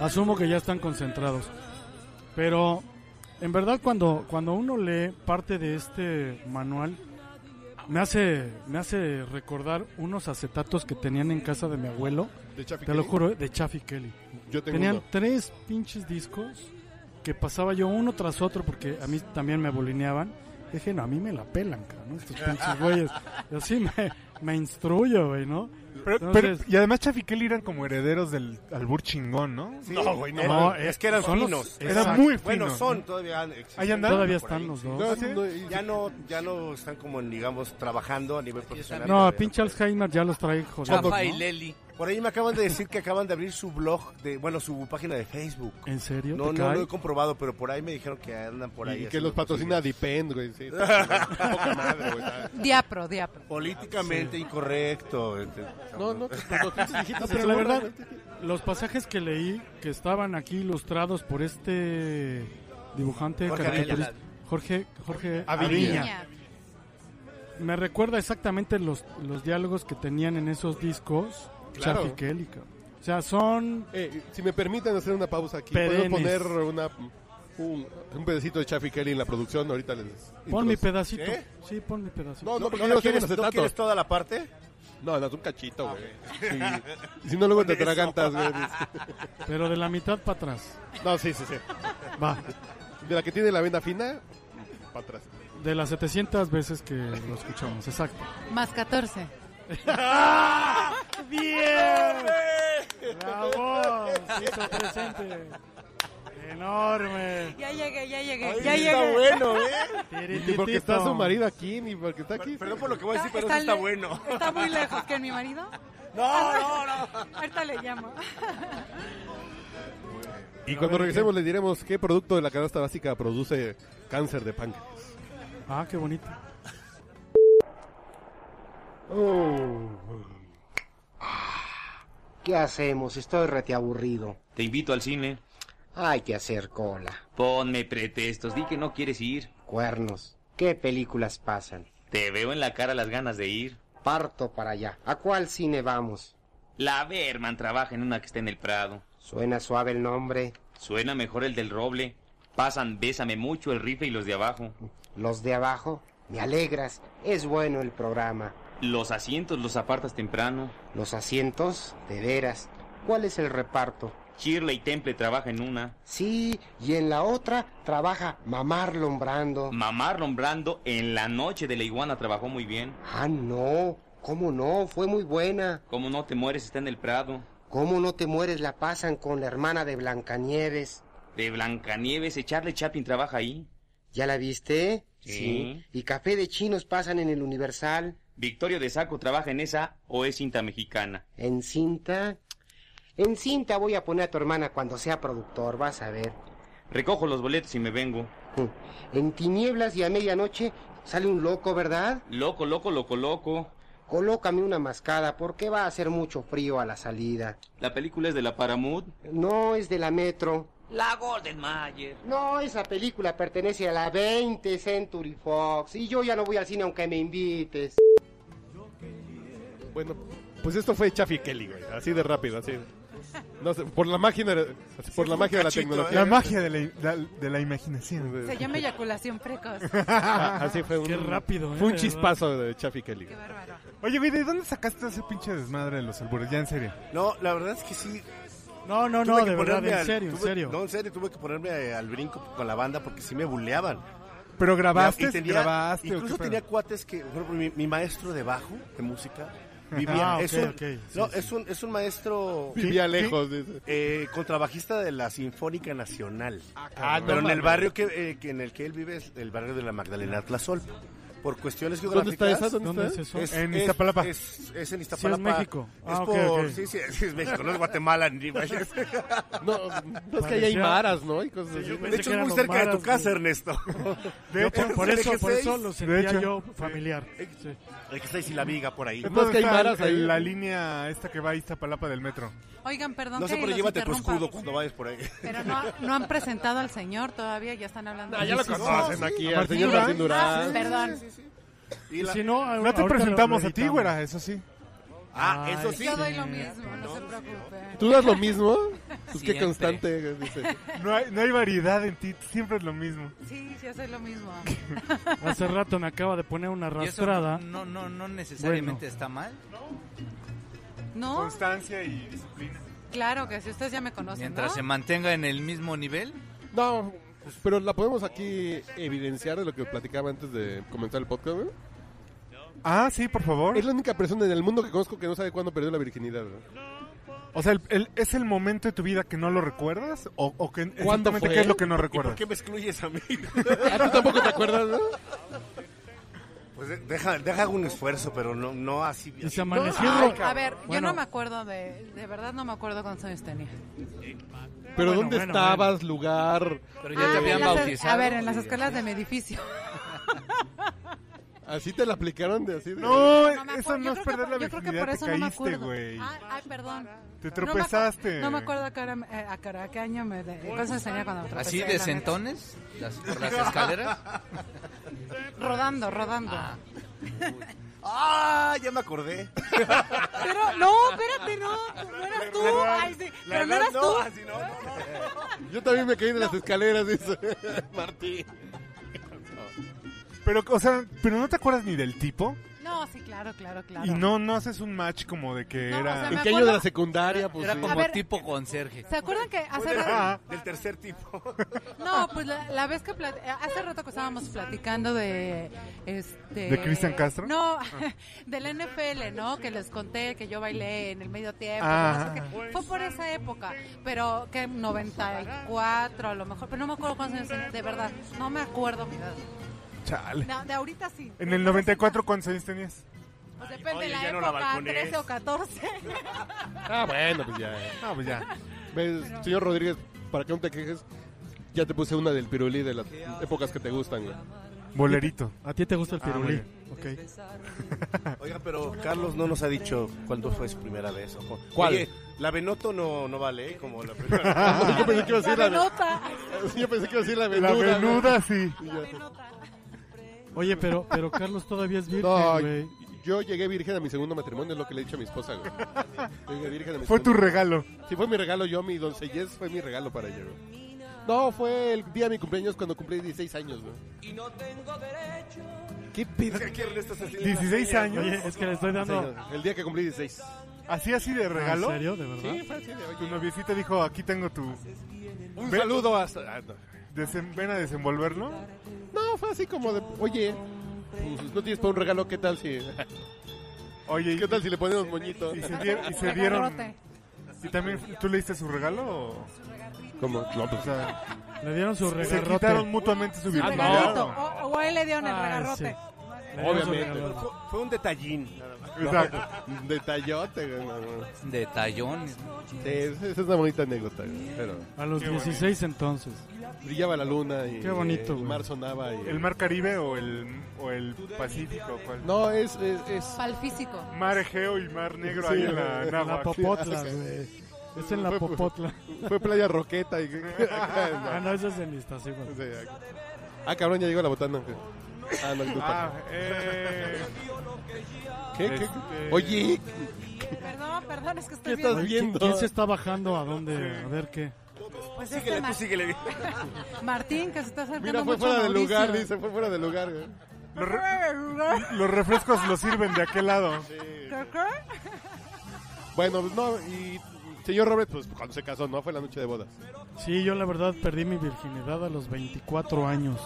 Speaker 1: Asumo que ya están concentrados. Pero en verdad cuando, cuando uno lee parte de este manual, me hace, me hace recordar unos acetatos que tenían en casa de mi abuelo,
Speaker 2: De Chafi
Speaker 1: te lo
Speaker 2: Kelly.
Speaker 1: juro, eh, de Chaffy Kelly.
Speaker 2: Yo tengo
Speaker 1: Tenían
Speaker 2: uno.
Speaker 1: tres pinches discos que pasaba yo uno tras otro porque a mí también me bolineaban. Dije, no, a mí me la pelan, cabrón, ¿no? estos pinches güeyes. Y así me, me instruyo, güey, ¿no?
Speaker 4: Pero- pero-
Speaker 1: Entonces-
Speaker 4: y además Chafiquel eran como herederos del albur chingón, ¿no?
Speaker 6: No, güey,
Speaker 1: no.
Speaker 6: no.
Speaker 1: eh,
Speaker 6: Es que eran
Speaker 1: son los-
Speaker 6: finos.
Speaker 1: eh,
Speaker 4: Eran
Speaker 1: Exacto.
Speaker 4: muy finos.
Speaker 6: Bueno, son
Speaker 4: ¿no?
Speaker 6: todavía.
Speaker 4: Ahí
Speaker 6: existen
Speaker 4: andan.
Speaker 1: Todavía
Speaker 6: por ahí.
Speaker 1: están los dos.
Speaker 2: No,
Speaker 4: ¿sí?
Speaker 2: no, y-
Speaker 6: Ya no, ya no están como, digamos, trabajando a nivel profesional.
Speaker 1: No,
Speaker 6: todavía.
Speaker 1: pinche Alzheimer ya los trae jodidos.
Speaker 5: Chafa y
Speaker 1: ¿no?
Speaker 5: Leli.
Speaker 6: Por ahí me acaban de decir que acaban de abrir su blog, de bueno, su página de Facebook.
Speaker 1: ¿En serio?
Speaker 6: No,
Speaker 1: ¿Te
Speaker 6: no
Speaker 1: cae?
Speaker 6: lo he comprobado, pero por ahí me dijeron que andan por ahí.
Speaker 2: Y que los
Speaker 6: haciendo
Speaker 2: patrocina Dipend, güey. Sí, está poca madre, güey. está-
Speaker 3: Diapro, diapro.
Speaker 6: cosillas. Políticamente incorrecto. este,
Speaker 2: No, no, pues, los pinches viejitos
Speaker 1: No,
Speaker 2: se
Speaker 1: pero la
Speaker 2: zurran,
Speaker 1: verdad,
Speaker 2: güey.
Speaker 1: los pasajes que leí que estaban aquí ilustrados por este dibujante
Speaker 6: Jorge
Speaker 1: caricaturista, Jorge Jorge Aviña.
Speaker 3: Niña.
Speaker 1: Me recuerda exactamente los, los diálogos que tenían en esos discos
Speaker 2: Claro.
Speaker 1: Chafi Kelly. cabrón. O sea, son
Speaker 2: Eh, si me permiten hacer una pausa aquí,
Speaker 1: Perennes.
Speaker 2: ¿puedo poner una, un, un pedacito de Chaffee Kelly en la producción? Ahorita les... ¿Eh?
Speaker 1: pon mi pedacito.
Speaker 6: ¿Qué?
Speaker 1: Sí, pon mi pedacito.
Speaker 2: No, no, porque
Speaker 6: ¿No,
Speaker 2: yo
Speaker 6: la
Speaker 2: lo tengo en
Speaker 6: quieres, ¿no
Speaker 2: acetato.
Speaker 6: quieres toda la parte?
Speaker 2: No, no, es un cachito, güey. Sí. Si no, luego te tragantas, güey.
Speaker 1: Pero de la mitad para atrás.
Speaker 2: No, sí, sí, sí.
Speaker 1: Va.
Speaker 2: De la que tiene la venda fina, para atrás.
Speaker 1: De las 700 veces que lo escuchamos, exacto.
Speaker 3: Más 14.
Speaker 1: ¡Bien! ¡Bravo! Sí, está presente. ¡Enorme!
Speaker 3: Ya llegué, ya llegué,
Speaker 6: Ay,
Speaker 3: ya
Speaker 6: está
Speaker 3: llegué.
Speaker 6: bueno, ¿eh?
Speaker 2: Ni porque está su marido aquí, ni porque está aquí.
Speaker 6: Perdón por lo que voy a decir, pero
Speaker 3: Está
Speaker 6: eso está
Speaker 3: le-
Speaker 6: bueno.
Speaker 3: Está muy lejos. ¿Que mi marido?
Speaker 6: No, no, no.
Speaker 3: Ahorita le llamo.
Speaker 2: Y cuando regresemos les diremos qué producto de la canasta básica produce cáncer de páncreas.
Speaker 1: Ah, qué bonito.
Speaker 8: Oh. Ah, ¿Qué hacemos? Estoy reteaburrido.
Speaker 9: Te invito al cine.
Speaker 8: Hay que hacer cola.
Speaker 9: Ponme pretextos, di que no quieres ir.
Speaker 8: Cuernos. ¿Qué películas pasan?
Speaker 9: Te veo en la cara las ganas de ir.
Speaker 8: Parto para allá. ¿A cuál cine vamos?
Speaker 9: La Berman trabaja en una que está en el Prado.
Speaker 8: Suena suave el nombre.
Speaker 9: Suena mejor el del Roble. Pasan Bésame mucho, el rifle y los de abajo.
Speaker 8: Los de abajo. Me alegras. Es bueno el programa.
Speaker 9: Los asientos los apartas temprano.
Speaker 8: Los asientos, de veras. ¿Cuál es el reparto?
Speaker 9: Shirley Temple trabaja en una.
Speaker 8: Sí, y en la otra trabaja mamar lombrando.
Speaker 9: Mamá Lombrando en la noche de la iguana trabajó muy bien.
Speaker 8: Ah, no. ¿Cómo no? Fue muy buena.
Speaker 9: Como no te mueres está en el Prado.
Speaker 8: ¿Cómo no te mueres? La pasan con la hermana de Blancanieves.
Speaker 9: De Blancanieves, eh, Charlie Chaplin trabaja ahí.
Speaker 8: ¿Ya la viste?
Speaker 9: Sí.
Speaker 8: Y café de chinos pasan en el Universal,
Speaker 9: Victorio de Saco trabaja en esa o es cinta mexicana.
Speaker 8: en cinta. En cinta voy a poner a tu hermana cuando sea productor, vas a ver. Mm.
Speaker 9: Recojo los boletos y me vengo.
Speaker 8: En tinieblas y a medianoche sale un loco, ¿verdad?
Speaker 9: Loco, loco, loco, loco.
Speaker 8: Colócame una mascada porque va a hacer mucho frío a la salida.
Speaker 9: La película es de la Paramount.
Speaker 8: No es de la Metro.
Speaker 9: La Golden Mayer.
Speaker 8: No, esa película pertenece a la 20 Century Fox y yo ya no voy al cine aunque me invites.
Speaker 2: Bueno, pues esto fue Chaffee Kelly, güey. Así de rápido, así. No sé, por la magia, así, por la magia de la
Speaker 6: cachito,
Speaker 2: tecnología.
Speaker 4: La magia de la, la- de la imaginación.
Speaker 3: Se llama eyaculación precoz.
Speaker 2: Ah, así fue un,
Speaker 1: Qué rápido, ¿eh?
Speaker 2: Fue un
Speaker 1: de
Speaker 2: chispazo de Chaffee Kelly.
Speaker 3: Qué bárbaro.
Speaker 4: Oye, güey, ¿de dónde sacaste ese pinche desmadre de los albures? Ya en serio.
Speaker 6: No, la verdad es que sí.
Speaker 1: verdad. No, no,
Speaker 6: tuve
Speaker 1: no,
Speaker 6: que
Speaker 1: de verdad,
Speaker 6: ponerme
Speaker 1: en
Speaker 6: al-
Speaker 1: serio, en
Speaker 6: tuve-
Speaker 1: serio.
Speaker 6: No, en serio, tuve que ponerme eh, al brinco con la banda porque sí me buleaban.
Speaker 4: Pero
Speaker 6: Y
Speaker 4: grabaste,
Speaker 6: tenía-
Speaker 4: grabaste. ¿o
Speaker 6: Incluso
Speaker 4: qué pedo?
Speaker 6: tenía cuates que, por ejemplo, mi, mi maestro de bajo, de música, vivía.
Speaker 1: Ah,
Speaker 6: es,
Speaker 1: ok,
Speaker 6: un,
Speaker 1: ok, sí,
Speaker 6: no,
Speaker 1: sí.
Speaker 6: es un es un maestro
Speaker 2: Vivía lejos. dice.
Speaker 6: eh, contrabajista de la Sinfónica Nacional.
Speaker 2: Ah, no
Speaker 6: pero en el
Speaker 2: mames.
Speaker 6: barrio que, eh, que en el que él vive es el barrio de la Magdalena Tlazol. Por cuestiones
Speaker 2: ¿Dónde
Speaker 6: geográficas.
Speaker 2: está esa? ¿Dónde,
Speaker 1: ¿Dónde es
Speaker 2: está?
Speaker 1: eso?
Speaker 4: En Iztapalapa.
Speaker 6: Es, es en Iztapalapa.
Speaker 1: México.
Speaker 6: Es
Speaker 1: Ah, ok,
Speaker 6: por,
Speaker 1: ok.
Speaker 6: Sí, sí, sí, es México, no es Guatemala. Ni, de
Speaker 2: No, no, es que ahí hay
Speaker 1: Parecía-
Speaker 2: maras, ¿no? Y cosas así.
Speaker 1: pensé
Speaker 6: hecho,
Speaker 1: que
Speaker 6: es
Speaker 1: eran
Speaker 6: muy
Speaker 1: los
Speaker 6: cerca de tu
Speaker 1: maras,
Speaker 6: casa,
Speaker 1: güey.
Speaker 6: Ernesto.
Speaker 1: De hecho, por
Speaker 6: el
Speaker 1: eso, por
Speaker 6: G6,
Speaker 1: eso lo
Speaker 6: el
Speaker 1: sentía
Speaker 4: hecho,
Speaker 1: yo familiar.
Speaker 6: Eh,
Speaker 1: Sí.
Speaker 6: G6 y la viga por ahí.
Speaker 4: Es
Speaker 2: Más que hay
Speaker 4: está
Speaker 2: varas ahí.
Speaker 4: La línea esta que va a Iztapalapa del metro.
Speaker 3: Oigan, perdón
Speaker 6: No
Speaker 3: que
Speaker 6: sé, pero
Speaker 3: los
Speaker 6: llévate tu
Speaker 3: interrumpa,
Speaker 6: escudo cuando vayas por ahí.
Speaker 3: Pero no, no han presentado al señor todavía, ya están hablando.
Speaker 2: Ah, ya lo
Speaker 3: Sí, sí,
Speaker 2: conocen
Speaker 6: sí.
Speaker 2: aquí,
Speaker 4: A
Speaker 2: al
Speaker 4: Martín
Speaker 2: señor
Speaker 4: Durán.
Speaker 2: Martín
Speaker 3: Ah,
Speaker 2: Durán.
Speaker 3: perdón.
Speaker 6: Y la-
Speaker 1: Si no, ahor-
Speaker 4: No te
Speaker 1: ahorita
Speaker 4: presentamos
Speaker 1: lo
Speaker 4: a ti,
Speaker 1: editamos.
Speaker 4: güera, eso sí.
Speaker 6: Ah, eso sí.
Speaker 3: Yo doy lo mismo, no se preocupen.
Speaker 2: ¿Tú das lo mismo? Pues qué
Speaker 5: Siempre.
Speaker 2: constante, dice.
Speaker 4: No hay, no hay variedad en ti, siempre es lo mismo.
Speaker 3: Sí, yo soy lo mismo.
Speaker 1: Hace rato me acaba de poner una
Speaker 5: Y eso
Speaker 1: arrastrada.
Speaker 5: no, no, no necesariamente está mal.
Speaker 3: No,
Speaker 4: Constancia y disciplina.
Speaker 3: claro que si ustedes ya me conocen,
Speaker 5: Mientras
Speaker 3: ¿no?
Speaker 5: se mantenga en el mismo nivel,
Speaker 2: No, pues, pero la podemos aquí evidenciar de lo que platicaba antes de comenzar el podcast, güey.
Speaker 4: Ah, sí, por favor.
Speaker 2: Es la única persona en el mundo que conozco que no sabe cuándo perdió la virginidad, güey.
Speaker 4: O sea, el- el- ¿es el momento de tu vida que no lo recuerdas? ¿O, o que
Speaker 2: ¿Cuándo
Speaker 4: exactamente
Speaker 2: fue?
Speaker 4: qué es lo que no
Speaker 6: ¿Y por
Speaker 4: recuerdas?
Speaker 6: qué me excluyes a mí?
Speaker 2: Ah, ¿Tú tampoco te acuerdas, no?
Speaker 6: Pues de- deja, deja un esfuerzo, pero no, no así.
Speaker 1: Y
Speaker 6: así.
Speaker 1: se amaneció.
Speaker 2: Ay,
Speaker 1: ro-
Speaker 3: A ver, yo
Speaker 1: Bueno.
Speaker 3: no me acuerdo de, de verdad no me acuerdo cuántos años tenía.
Speaker 2: Pero
Speaker 1: Bueno,
Speaker 2: ¿dónde
Speaker 1: bueno,
Speaker 2: estabas? Lugar.
Speaker 5: Pero ya te
Speaker 3: Ah,
Speaker 5: habían
Speaker 3: en las-
Speaker 5: bautizado.
Speaker 3: A ver, en las escuelas de mi edificio.
Speaker 2: Así te la aplicaron de así. de-
Speaker 4: No,
Speaker 3: No me
Speaker 4: eso
Speaker 3: acuerdo,
Speaker 4: no
Speaker 3: yo
Speaker 4: es
Speaker 3: creo
Speaker 4: perder
Speaker 3: que-
Speaker 4: la
Speaker 3: yo creo que
Speaker 4: virginidad,
Speaker 3: por
Speaker 4: te
Speaker 3: eso no me
Speaker 4: caíste,
Speaker 3: acuerdo. Ah,
Speaker 4: güey.
Speaker 3: Ay, ay, perdón.
Speaker 4: Te
Speaker 3: No me acu-
Speaker 4: tropezaste.
Speaker 3: No me, acuerdo a qué hora- eh, a cara- a qué año me... de- ¿Cuántos tenía cuando me tropecé?
Speaker 5: ¿Así
Speaker 3: la
Speaker 5: de
Speaker 3: neta?
Speaker 5: sentones? Las, ¿Por las escaleras?
Speaker 3: Rodando, rodando.
Speaker 5: Ah.
Speaker 6: ¡Ah! Ya me acordé.
Speaker 3: Pero, no, espérate, no. No eras tú. Ay, sí.
Speaker 6: La
Speaker 3: Pero no
Speaker 6: verdad,
Speaker 3: eras tú.
Speaker 6: así no, no, no.
Speaker 2: Yo también me caí de las escaleras, dice. Martín.
Speaker 4: Pero, o sea, pero no te acuerdas ni del tipo.
Speaker 3: No, sí, claro, claro, claro.
Speaker 4: Y no, no haces un match como de que
Speaker 3: No,
Speaker 4: era.
Speaker 3: o sea,
Speaker 2: ¿En
Speaker 3: me
Speaker 2: qué año
Speaker 3: acuerdo-
Speaker 2: de la secundaria? Pues,
Speaker 5: Era
Speaker 2: sí.
Speaker 5: como
Speaker 3: A ver.
Speaker 5: tipo conserje.
Speaker 3: ¿Se acuerdan que hace
Speaker 4: Ah,
Speaker 6: Del tercer tipo.
Speaker 3: No, pues la, la vez que plat- hace rato que estábamos platicando de este
Speaker 4: ¿De Cristian Castro?
Speaker 3: No, de la NFL, ¿no? Que les conté que yo bailé en el medio tiempo,
Speaker 4: Ah.
Speaker 3: que no sé qué. fue por esa época, pero que 94 a lo mejor, pero no me acuerdo cuántos años tenía, de verdad, no me acuerdo mi edad.
Speaker 4: chale.
Speaker 3: No, de ahorita sí.
Speaker 4: En el 94, ¿cuántos años tenías?
Speaker 3: Pues depende
Speaker 6: Oye,
Speaker 3: de la
Speaker 6: ya no la
Speaker 3: época,
Speaker 6: balcones.
Speaker 3: 13 o 14.
Speaker 2: Ah, bueno, pues ya.
Speaker 4: No, pues ya.
Speaker 2: ¿Ves, señor Rodríguez, para que no te quejes, ya te puse una del pirulí de las épocas que te gustan, güey.
Speaker 4: Bolerito.
Speaker 1: ¿A ti te gusta el
Speaker 4: Ah,
Speaker 1: pirulí?
Speaker 4: bueno.
Speaker 1: Ok.
Speaker 6: Oiga, pero Carlos no nos ha dicho cuándo fue su primera vez. ojo.
Speaker 2: ¿Cuál?
Speaker 6: Oye, la Venoto no, no vale, ¿eh? como la primera.
Speaker 2: Yo pensé que iba a decir
Speaker 3: La
Speaker 2: la, ve-
Speaker 3: nota.
Speaker 2: Sí, yo pensé que iba a decir la
Speaker 4: La
Speaker 2: venuda. güey.
Speaker 4: venuda, sí.
Speaker 1: Oye, pero, pero Carlos todavía es virgen,
Speaker 2: No,
Speaker 1: güey.
Speaker 2: yo llegué virgen a mi segundo matrimonio, es lo que le he dicho a mi esposa, güey. Yo llegué virgen a mi
Speaker 4: Fue
Speaker 2: segundo-
Speaker 4: tu regalo.
Speaker 2: Sí, fue mi regalo yo, mi doncellez fue mi regalo para ella, güey. No, fue el día de mi cumpleaños cuando cumplí 16 años, güey. ¿Qué pedo?
Speaker 4: 16 años.
Speaker 1: Oye, es que le estoy dando...
Speaker 2: Sí, El día que cumplí 16.
Speaker 4: Así, así de
Speaker 1: ¿En
Speaker 4: regalo.
Speaker 1: serio? ¿De verdad?
Speaker 2: Sí, fue así de,
Speaker 4: Tu
Speaker 2: oye,
Speaker 4: noviecita dijo, aquí tengo tu...
Speaker 2: Un saludo a... ah, no.
Speaker 4: desem- Ven a desenvolverlo.
Speaker 2: No, fue así como de, oye, pues, no tienes para un regalo, ¿qué tal si,
Speaker 4: Oye,
Speaker 2: qué
Speaker 4: y,
Speaker 2: tal si le ponemos moñito?
Speaker 4: y se, dier- y se
Speaker 3: Regalote.
Speaker 4: dieron... ¿Y también tú le diste su regalo? O,
Speaker 2: Como, no,
Speaker 4: o
Speaker 2: pues,
Speaker 4: sea,
Speaker 1: Le dieron su
Speaker 4: se
Speaker 1: regarrote.
Speaker 4: quitaron mutuamente su
Speaker 3: Su
Speaker 4: virginidad.
Speaker 3: regalito. O, o a él le dieron el
Speaker 1: Ay,
Speaker 3: regarrote.
Speaker 1: sí. Le dieron su
Speaker 2: Obviamente.
Speaker 1: regarrote.
Speaker 6: Fue, fue un detallín. nada más.
Speaker 4: Exacto.
Speaker 2: detallote, güey. no, no.
Speaker 5: De tallón.
Speaker 2: Sí, esa es una bonita anécdota, güey, pero
Speaker 1: A los 16 entonces.
Speaker 2: brillaba la luna y
Speaker 1: Qué bonito,
Speaker 2: el
Speaker 1: güey.
Speaker 2: mar sonaba y...
Speaker 4: ¿El mar Caribe o el, o el Pacífico? ¿Cuál?
Speaker 2: No, es, es, es-
Speaker 3: Pal físico.
Speaker 4: Mar Egeo y Mar Negro
Speaker 2: Sí.
Speaker 4: ahí en la
Speaker 1: En la
Speaker 4: náhuatl.
Speaker 1: Popotla, güey. Es en la
Speaker 2: Fue- fue-
Speaker 1: Popotla.
Speaker 2: Fue playa roqueta y... acá,
Speaker 1: Ah, no, eso es en Iztaccíhuatl.
Speaker 2: no, sí, acá. Ah, cabrón, ya llegó la botana. güey. Ah, no, disculpa.
Speaker 4: Ah, eh,
Speaker 2: ¿Qué, qué, qué?
Speaker 4: este-
Speaker 2: Oye,
Speaker 3: Perdón, perdón, es que estoy
Speaker 2: ¿Qué estás
Speaker 3: viendo.
Speaker 1: Oye, ¿quién,
Speaker 2: viendo?
Speaker 1: quién se está bajando a dónde? A ver qué.
Speaker 3: Pues este
Speaker 6: Síguele, tú
Speaker 3: Mar-
Speaker 6: síguele.
Speaker 3: Martín, que se está acercando
Speaker 2: mira, fue
Speaker 3: mucho a
Speaker 2: fuera de
Speaker 3: Mauricio.
Speaker 2: lugar, dice, fue fuera de lugar. güey.
Speaker 4: los, re- los refrescos los sirven de aquel lado.
Speaker 3: Crr, crr.
Speaker 2: Bueno, pues, no, y señor Robert, pues cuando se casó, ¿no? Fue la noche de bodas.
Speaker 1: Sí, yo la verdad perdí mi virginidad a los 24 años.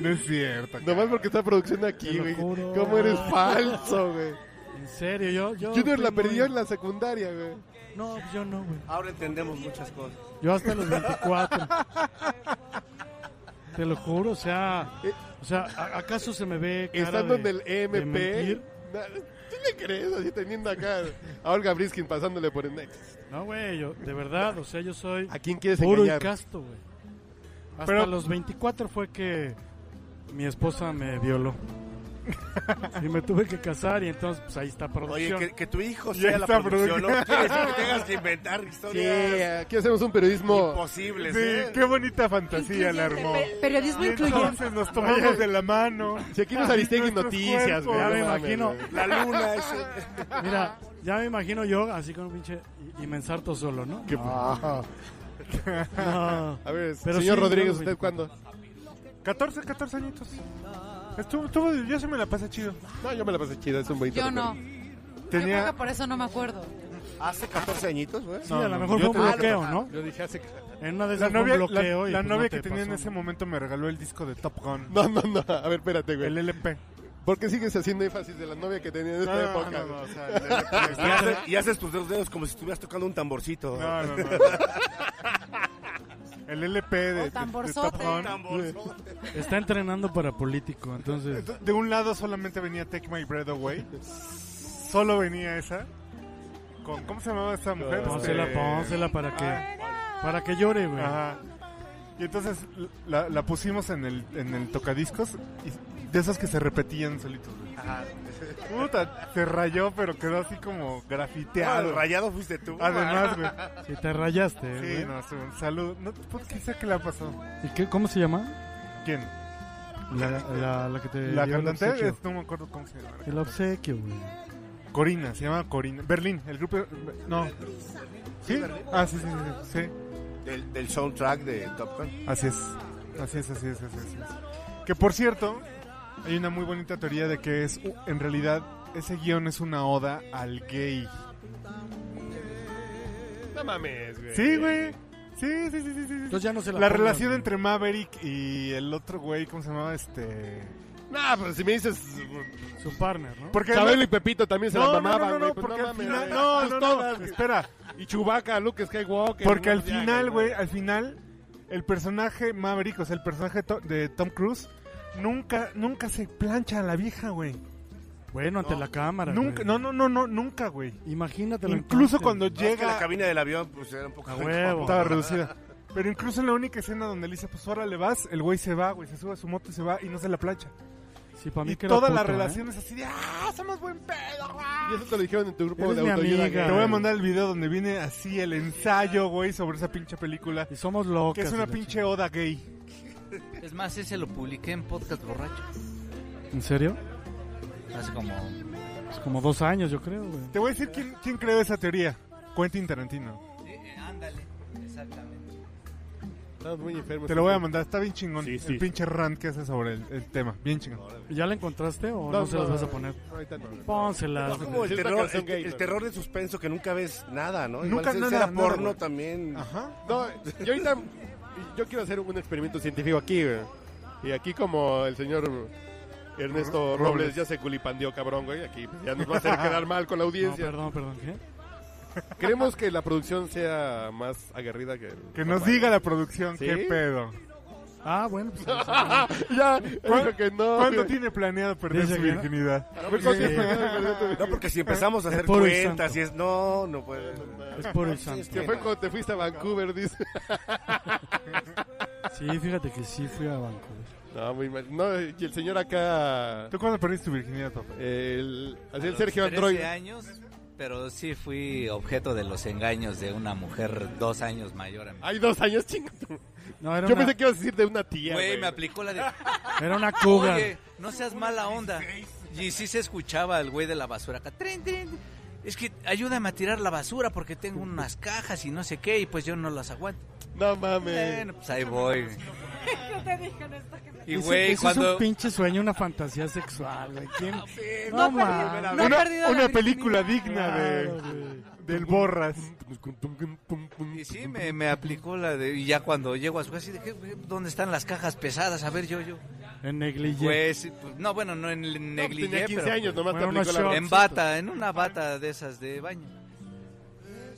Speaker 4: No es cierto.
Speaker 2: Nomás porque está producción
Speaker 1: Te
Speaker 2: aquí,
Speaker 1: lo
Speaker 2: güey.
Speaker 1: juro.
Speaker 2: ¿Cómo eres falso, güey?
Speaker 1: En serio, yo... yo
Speaker 2: Junior la
Speaker 1: estoy muy-
Speaker 2: perdió en la secundaria, güey.
Speaker 1: No,
Speaker 4: pues
Speaker 1: yo no, güey.
Speaker 6: Ahora entendemos muchas cosas.
Speaker 1: Yo hasta los 24. Te lo juro, o sea... O sea, ¿a- ¿acaso se me ve cara
Speaker 2: Eh, Estando en
Speaker 1: de-
Speaker 2: el
Speaker 1: de
Speaker 2: MP.
Speaker 1: mentir?
Speaker 2: na- ¿Tú le crees así teniendo acá a Olga Briskin pasándole por el next?
Speaker 1: No, güey, yo, de verdad, o sea, yo soy...
Speaker 2: ¿A quién quieres
Speaker 1: puro y
Speaker 2: engañar?
Speaker 1: casto, güey. Hasta
Speaker 4: Pero-
Speaker 1: los 24 fue que mi esposa me violó. y me tuve que casar y entonces pues ahí está
Speaker 6: Oye,
Speaker 1: producción.
Speaker 6: que, que tu hijo
Speaker 4: Ya
Speaker 6: sea la
Speaker 4: está
Speaker 6: producción, ¿no?
Speaker 4: producción.
Speaker 6: Quiere decir que tengas que inventar
Speaker 2: Sí,
Speaker 6: historias
Speaker 2: aquí hacemos un periodismo.
Speaker 6: imposibles,
Speaker 4: Sí,
Speaker 6: ¿eh?
Speaker 4: qué bonita fantasía la armó.
Speaker 3: Pe- periodismo
Speaker 4: Y
Speaker 3: incluyente.
Speaker 4: entonces nos tomamos de la mano.
Speaker 2: Si aquí no es Aristegui
Speaker 4: Nuestros cuerpos.
Speaker 2: Noticias, güey.
Speaker 1: Ya me
Speaker 2: no mames,
Speaker 1: imagino.
Speaker 2: güey.
Speaker 6: La luna, ese.
Speaker 1: Mira, ya me imagino yo así con un pinche y, y me ensarto solo, ¿no?
Speaker 2: Ah.
Speaker 1: No.
Speaker 2: A ver,
Speaker 1: Pero
Speaker 2: señor
Speaker 1: sí,
Speaker 2: Rodríguez,
Speaker 1: no,
Speaker 2: ¿usted cuándo?
Speaker 4: 14, 14 añitos. Estuvo, estuvo- yo se me la pasé chido.
Speaker 2: No, yo me la pasé chida, es un bonito.
Speaker 3: Yo
Speaker 2: recuerdo.
Speaker 3: no. Yo creo que
Speaker 4: Tenía...
Speaker 3: por eso no me acuerdo.
Speaker 6: Hace 14 añitos, güey.
Speaker 1: Sí, a lo mejor
Speaker 4: yo
Speaker 1: fue un
Speaker 4: te-
Speaker 1: bloqueo, ¿no?
Speaker 2: Yo dije hace.
Speaker 1: En una de
Speaker 4: La
Speaker 1: esas fue
Speaker 4: novia,
Speaker 1: un bloqueo
Speaker 4: la,
Speaker 1: y
Speaker 4: la
Speaker 1: pues, no
Speaker 4: novia
Speaker 1: te
Speaker 4: que tenía en
Speaker 1: pasó,
Speaker 4: ese
Speaker 1: ¿no?
Speaker 4: momento me regaló el disco de Top Gun,
Speaker 2: No, no, no. A ver, espérate, güey.
Speaker 4: el LP.
Speaker 2: ¿Por qué sigues haciendo énfasis de la novia que tenía en esta
Speaker 4: No,
Speaker 2: época?
Speaker 4: no, no, o sea, el LP.
Speaker 6: Y haces, y haces tus dos dedos como si estuvieras tocando un tamborcito.
Speaker 4: No, no, no. El LP de, de- de
Speaker 3: tamborzote.
Speaker 4: Top Gun.
Speaker 1: Está entrenando para político, entonces.
Speaker 4: De un lado solamente venía Take My Breath Away. Solo venía esa. Con, ¿Cómo se llamaba esa mujer?
Speaker 1: Pónsela,
Speaker 4: Este-
Speaker 1: pónsela para que, para que llore, güey.
Speaker 4: Ajá. Y entonces la, la pusimos en el, en el tocadiscos y de esos que se repetían solitos. güey.
Speaker 6: Ah,
Speaker 4: Puta, se rayó, pero quedó así como grafiteado.
Speaker 6: el Ah, rayado fuiste tú.
Speaker 4: Además, güey.
Speaker 1: Si te rayaste,
Speaker 4: Sí,
Speaker 1: güey.
Speaker 4: no, es un saludo. No, ¿por ¿Qué sé que le ha pasado?
Speaker 1: ¿Y qué, cómo se llama?
Speaker 4: ¿Quién?
Speaker 1: La, la, la que te
Speaker 4: ¿La
Speaker 1: dio el
Speaker 4: cantante?
Speaker 1: obsequio.
Speaker 4: Es- no me acuerdo cómo se llama.
Speaker 1: El obsequio, güey.
Speaker 4: Corina, se llama Corina. Berlín, el grupo. No. ¿Sí? Ah, sí, sí, sí. sí.
Speaker 6: Del, del soundtrack de Top Gun.
Speaker 4: Así es. Así es, así es, así es. así es. Que por cierto, hay una muy bonita teoría de que es, en realidad, ese guión es una oda al gay.
Speaker 2: No mames, güey.
Speaker 4: Sí, güey. Sí, sí, sí, sí. sí, sí.
Speaker 1: Entonces ya no se la
Speaker 4: La
Speaker 1: pongas,
Speaker 4: relación
Speaker 1: güey.
Speaker 4: entre Maverick y el otro güey, ¿cómo se llamaba? Este.
Speaker 2: Nah, pues si me dices.
Speaker 1: Su partner, ¿no?
Speaker 4: Porque
Speaker 2: Chabelo y Pepito también se
Speaker 4: no, no,
Speaker 2: la
Speaker 4: no,
Speaker 2: mamaban,
Speaker 4: no, no,
Speaker 2: güey, pues
Speaker 4: porque
Speaker 2: no
Speaker 4: al
Speaker 2: mames,
Speaker 4: final.
Speaker 2: güey.
Speaker 4: No,
Speaker 2: Pues
Speaker 4: no,
Speaker 2: todo.
Speaker 4: no, espera.
Speaker 2: Y Chewbacca, Luke Skywalker.
Speaker 4: Porque al
Speaker 2: bueno, ya,
Speaker 4: final, güey, al final, el personaje Maverick, o sea, el personaje to- de Tom Cruise, nunca, nunca se plancha a la vieja, güey.
Speaker 1: Bueno, ante la cámara.
Speaker 4: Nunca,
Speaker 1: güey.
Speaker 4: no, no, no, no, nunca, güey.
Speaker 1: Imagínatelo.
Speaker 4: Incluso
Speaker 1: entonces,
Speaker 4: cuando
Speaker 1: güey.
Speaker 6: No, Ah, es que la
Speaker 4: llega,
Speaker 6: cabina del avión, pues era un poco.
Speaker 1: A huevo.
Speaker 4: estaba reducida. Pero incluso en la única escena donde le dice, pues ahora le vas, el güey se va, güey, se sube a su moto y se va y no se la plancha.
Speaker 1: Sí, para mí
Speaker 4: Y
Speaker 1: que era
Speaker 4: toda la
Speaker 1: puto, ¿eh?
Speaker 4: relación es así de, ah, somos buen pedo, ah". güey.
Speaker 2: Y eso te lo dijeron en tu grupo
Speaker 1: Eres
Speaker 2: de
Speaker 1: mi
Speaker 2: autoayuda.
Speaker 1: amiga.
Speaker 2: güey.
Speaker 4: Te voy a mandar el video donde viene así el ensayo, güey, sobre esa pinche película.
Speaker 1: Y somos
Speaker 4: Que
Speaker 1: locas.
Speaker 4: es
Speaker 1: y
Speaker 4: una
Speaker 1: la
Speaker 4: pinche oda gay.
Speaker 5: Es más, ese lo publiqué en Podcast Borracho.
Speaker 1: chingada. ¿En serio?
Speaker 5: Hace como...
Speaker 1: Es como dos años, yo creo, güey.
Speaker 4: Te voy a decir quién, quién creó esa teoría. Quentin Tarantino.
Speaker 5: ándale, exactamente.
Speaker 2: Estamos muy enfermos.
Speaker 4: Te lo voy a mandar, está bien chingón.
Speaker 2: Sí, sí.
Speaker 4: El pinche rant que hace sobre el, el tema, bien chingón.
Speaker 1: ¿Ya la encontraste o no, se las vas a poner?
Speaker 2: Ahorita no.
Speaker 1: Pónselas.
Speaker 6: Es como
Speaker 1: güey.
Speaker 6: el
Speaker 2: Es una
Speaker 6: terror,
Speaker 2: canción
Speaker 6: el,
Speaker 2: gay,
Speaker 6: el
Speaker 2: ¿no?
Speaker 6: terror de suspenso que nunca ves nada, ¿no?
Speaker 4: Nunca
Speaker 6: si
Speaker 4: nada,
Speaker 6: fuera
Speaker 4: nada,
Speaker 6: porno
Speaker 4: güey.
Speaker 6: también.
Speaker 4: Ajá.
Speaker 2: No, yo ahorita. Yo quiero hacer un experimento científico aquí, güey. Y aquí, como el señor Ernesto
Speaker 4: Robles.
Speaker 2: Robles ya se culipandeó, cabrón, güey. Aquí pues, ya nos va a hacer quedar mal con la
Speaker 1: No,
Speaker 2: audiencia.
Speaker 1: perdón, perdón, ¿qué?
Speaker 2: Queremos que la producción sea más aguerrida que. el-
Speaker 4: Que nos diga la producción,
Speaker 2: ¿Sí?
Speaker 4: qué pedo.
Speaker 1: Ah, bueno, pues.
Speaker 2: ya, dijo que no.
Speaker 4: ¿Cuándo
Speaker 2: güey.
Speaker 4: tiene planeado perder
Speaker 1: Dice
Speaker 4: su
Speaker 1: que no.
Speaker 4: virginidad?
Speaker 2: A ver, ¿cuándo tienes planeado perder tu-
Speaker 6: No, porque si empezamos a hacer
Speaker 1: puro y
Speaker 6: cuentas
Speaker 1: santo.
Speaker 6: y es. No, pues, no puede.
Speaker 1: Es puro y santo.
Speaker 2: Que fue cuando te fuiste a Vancouver, dice.
Speaker 1: Sí, fíjate que sí fui a Vancouver.
Speaker 2: No, muy mal. No, y el señor acá.
Speaker 4: ¿Tú cuándo perdiste tu virginidad, papá?
Speaker 2: El, así
Speaker 5: A
Speaker 2: el
Speaker 5: los
Speaker 2: Eh, Sergio
Speaker 5: 13
Speaker 2: Android.
Speaker 5: años, pero sí fui objeto de los engaños de una mujer dos años mayor a mí.
Speaker 2: Hay dos años, chingo.
Speaker 1: No, era
Speaker 2: Yo
Speaker 1: una,
Speaker 2: pensé que ibas a decir de una tía.
Speaker 5: Güey,
Speaker 2: Güey,
Speaker 5: me aplicó la de...
Speaker 1: era una cougar.
Speaker 5: Oye, no seas mala onda. Y sí se escuchaba el güey de la basura acá. "Trin, trin". Es que ayúdame a tirar la basura porque tengo unas cajas y no sé qué y pues yo no las aguanto.
Speaker 2: No mames.
Speaker 5: Bueno, pues ahí voy.
Speaker 3: ¿Qué te dije en esto que me-
Speaker 5: Y
Speaker 1: Ese-
Speaker 5: güey,
Speaker 1: ese es
Speaker 5: cuando...
Speaker 1: un pinche sueño, una fantasía sexual, güey. ¿Quién?
Speaker 2: Ah,
Speaker 3: No,
Speaker 1: mames.
Speaker 3: perdí- no he
Speaker 4: una
Speaker 3: perdido la
Speaker 4: una película
Speaker 3: virginidad.
Speaker 4: digna de,
Speaker 1: Claro, güey.
Speaker 4: del Borras.
Speaker 5: Y sí, me, me aplicó la de... Y ya cuando llego a su casa, y dije, "Güey, ¿dónde están las cajas pesadas? A ver, yo, yo.
Speaker 1: En negligé.
Speaker 5: Pues, sí, pues, no, bueno, no en en
Speaker 2: No,
Speaker 5: negligé,
Speaker 2: tenía 15
Speaker 5: pero,
Speaker 2: años,
Speaker 5: pues,
Speaker 2: nomás
Speaker 1: bueno,
Speaker 2: te aplicó
Speaker 1: unos pues,
Speaker 2: la
Speaker 5: En bata, en una bata de esas de baño.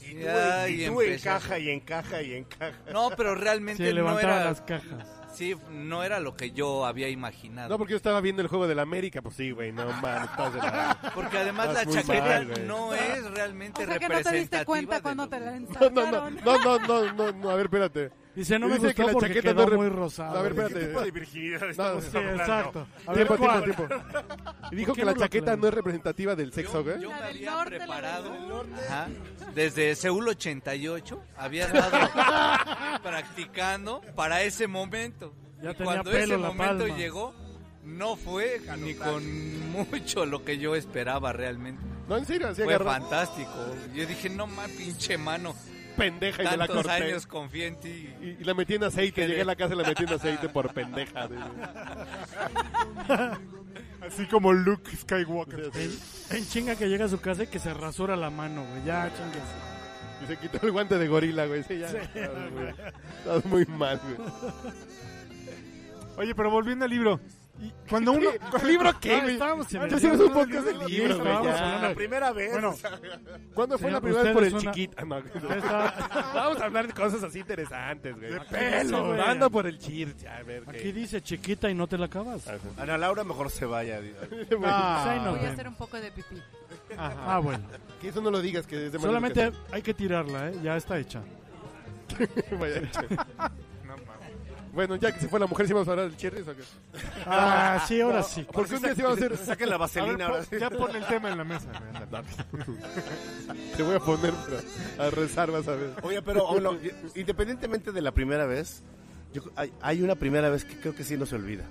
Speaker 6: Y
Speaker 5: Ya,
Speaker 6: tú, y
Speaker 5: y
Speaker 6: tú
Speaker 5: empezó.
Speaker 6: encaja y encaja y encaja.
Speaker 5: No, pero
Speaker 1: Sí,
Speaker 5: realmente no
Speaker 1: levantaba
Speaker 5: era...
Speaker 1: las cajas.
Speaker 5: Sí, no era lo que yo había imaginado.
Speaker 2: No, porque yo estaba viendo el juego del América. Pues sí, güey, no mames. Estás de la...
Speaker 5: porque además la
Speaker 2: Estás muy
Speaker 5: chaqueta
Speaker 2: mal, güey.
Speaker 5: no es
Speaker 3: O
Speaker 5: realmente
Speaker 3: sea que no te
Speaker 5: representativa.
Speaker 3: diste cuenta
Speaker 5: de
Speaker 3: cuando
Speaker 5: lo-
Speaker 3: te la
Speaker 2: No, no, no,
Speaker 3: ensartaron.
Speaker 2: no, no, no, no, no, a ver, espérate.
Speaker 1: Dice, no me
Speaker 2: Dice
Speaker 1: gustó
Speaker 2: que la
Speaker 1: porque
Speaker 2: chaqueta
Speaker 1: quedó
Speaker 2: no es re-
Speaker 1: muy rosado.
Speaker 2: A ver,
Speaker 6: ¿Qué tipo de
Speaker 2: espérate.
Speaker 6: virginidad
Speaker 2: No,
Speaker 6: estamos
Speaker 2: sí,
Speaker 1: Sí,
Speaker 6: hablando?
Speaker 1: exacto. A ver,
Speaker 2: Tiempo, tiempo,
Speaker 1: ¿cuál?
Speaker 2: tiempo. Y dijo
Speaker 1: ¿Por
Speaker 2: que
Speaker 1: qué
Speaker 2: la
Speaker 1: no lo
Speaker 2: chaqueta
Speaker 1: aclaras?
Speaker 2: no es representativa del sexo,
Speaker 5: Yo,
Speaker 2: güey.
Speaker 5: yo
Speaker 3: La
Speaker 5: me
Speaker 3: del
Speaker 5: había
Speaker 3: norte, la del
Speaker 5: preparado ajá, desde Seúl 88, había estado practicando para ese momento.
Speaker 1: Ya
Speaker 5: Y
Speaker 1: tenía
Speaker 5: cuando
Speaker 1: pelo
Speaker 5: ese
Speaker 1: la
Speaker 5: momento
Speaker 1: palma.
Speaker 5: llegó, no fue ni con mucho lo que yo esperaba realmente.
Speaker 2: No, en serio, así
Speaker 5: Fue
Speaker 2: agarró
Speaker 5: fantástico. Yo dije, no más pinche mano,
Speaker 2: pendeja y me la
Speaker 5: tantos
Speaker 2: corté.
Speaker 5: años confié en ti.
Speaker 2: Y, y la metí en aceite, llegué a la casa y la metí en aceite por pendeja. güey.
Speaker 4: Así como Luke Skywalker.
Speaker 1: En, en chinga que llega a su casa y que se rasura la mano, güey. Ya, chingas.
Speaker 2: Y se quitó el guante de gorila, güey. Sí, ya. Estás, güey. Estás muy mal, güey.
Speaker 4: Oye, pero volviendo al libro, Y cuando uno...
Speaker 2: ¿Libro qué,
Speaker 1: Ah,
Speaker 2: güey?
Speaker 1: estábamos en el
Speaker 2: Ya hicimos un
Speaker 1: libro.
Speaker 2: podcast de
Speaker 1: Sí,
Speaker 2: libros, güey.
Speaker 1: estábamos
Speaker 2: ya.
Speaker 1: hablando de-
Speaker 6: La primera vez.
Speaker 1: Bueno,
Speaker 6: o sea,
Speaker 2: ¿Cuándo fue
Speaker 1: Señor,
Speaker 2: la primera vez por el
Speaker 1: ustedes son-
Speaker 2: chiquito? Ah, no, güey.
Speaker 1: Ustedes está-
Speaker 2: Vamos a hablar de cosas así interesantes, güey.
Speaker 1: Aquí dice, güey.
Speaker 2: Ando por el chir. ya, a ver, ¿qué? Ah,
Speaker 1: Aquí dice chiquita y no te la acabas.
Speaker 6: Ana Laura mejor se vaya. digo.
Speaker 1: Ah,
Speaker 2: pues
Speaker 1: ahí nos
Speaker 3: Voy a
Speaker 1: vemos.
Speaker 3: hacer un poco de pipí.
Speaker 1: Ah, bueno.
Speaker 2: Que eso no lo digas, que es de mala
Speaker 1: Solamente hay que tirarla, ¿eh? Ya está hecha.
Speaker 2: educación. Vaya.
Speaker 4: No, mames.
Speaker 2: bueno, ya que se fue la mujer, ¿sí vamos a hablar del chirris o qué?
Speaker 1: Ah, sí, ahora sí.
Speaker 2: Porque un día sí vamos a hacer...
Speaker 6: Saquen la
Speaker 4: A ver,
Speaker 6: vaselina ahora.
Speaker 4: pon- ya pon el tema en la mesa. güey, ándale.
Speaker 2: Te voy a poner pero, a rezar, vas a ver.
Speaker 6: Oye, pero bueno, independientemente de la primera vez, yo- hay, hay una primera vez que creo que sí no se olvida.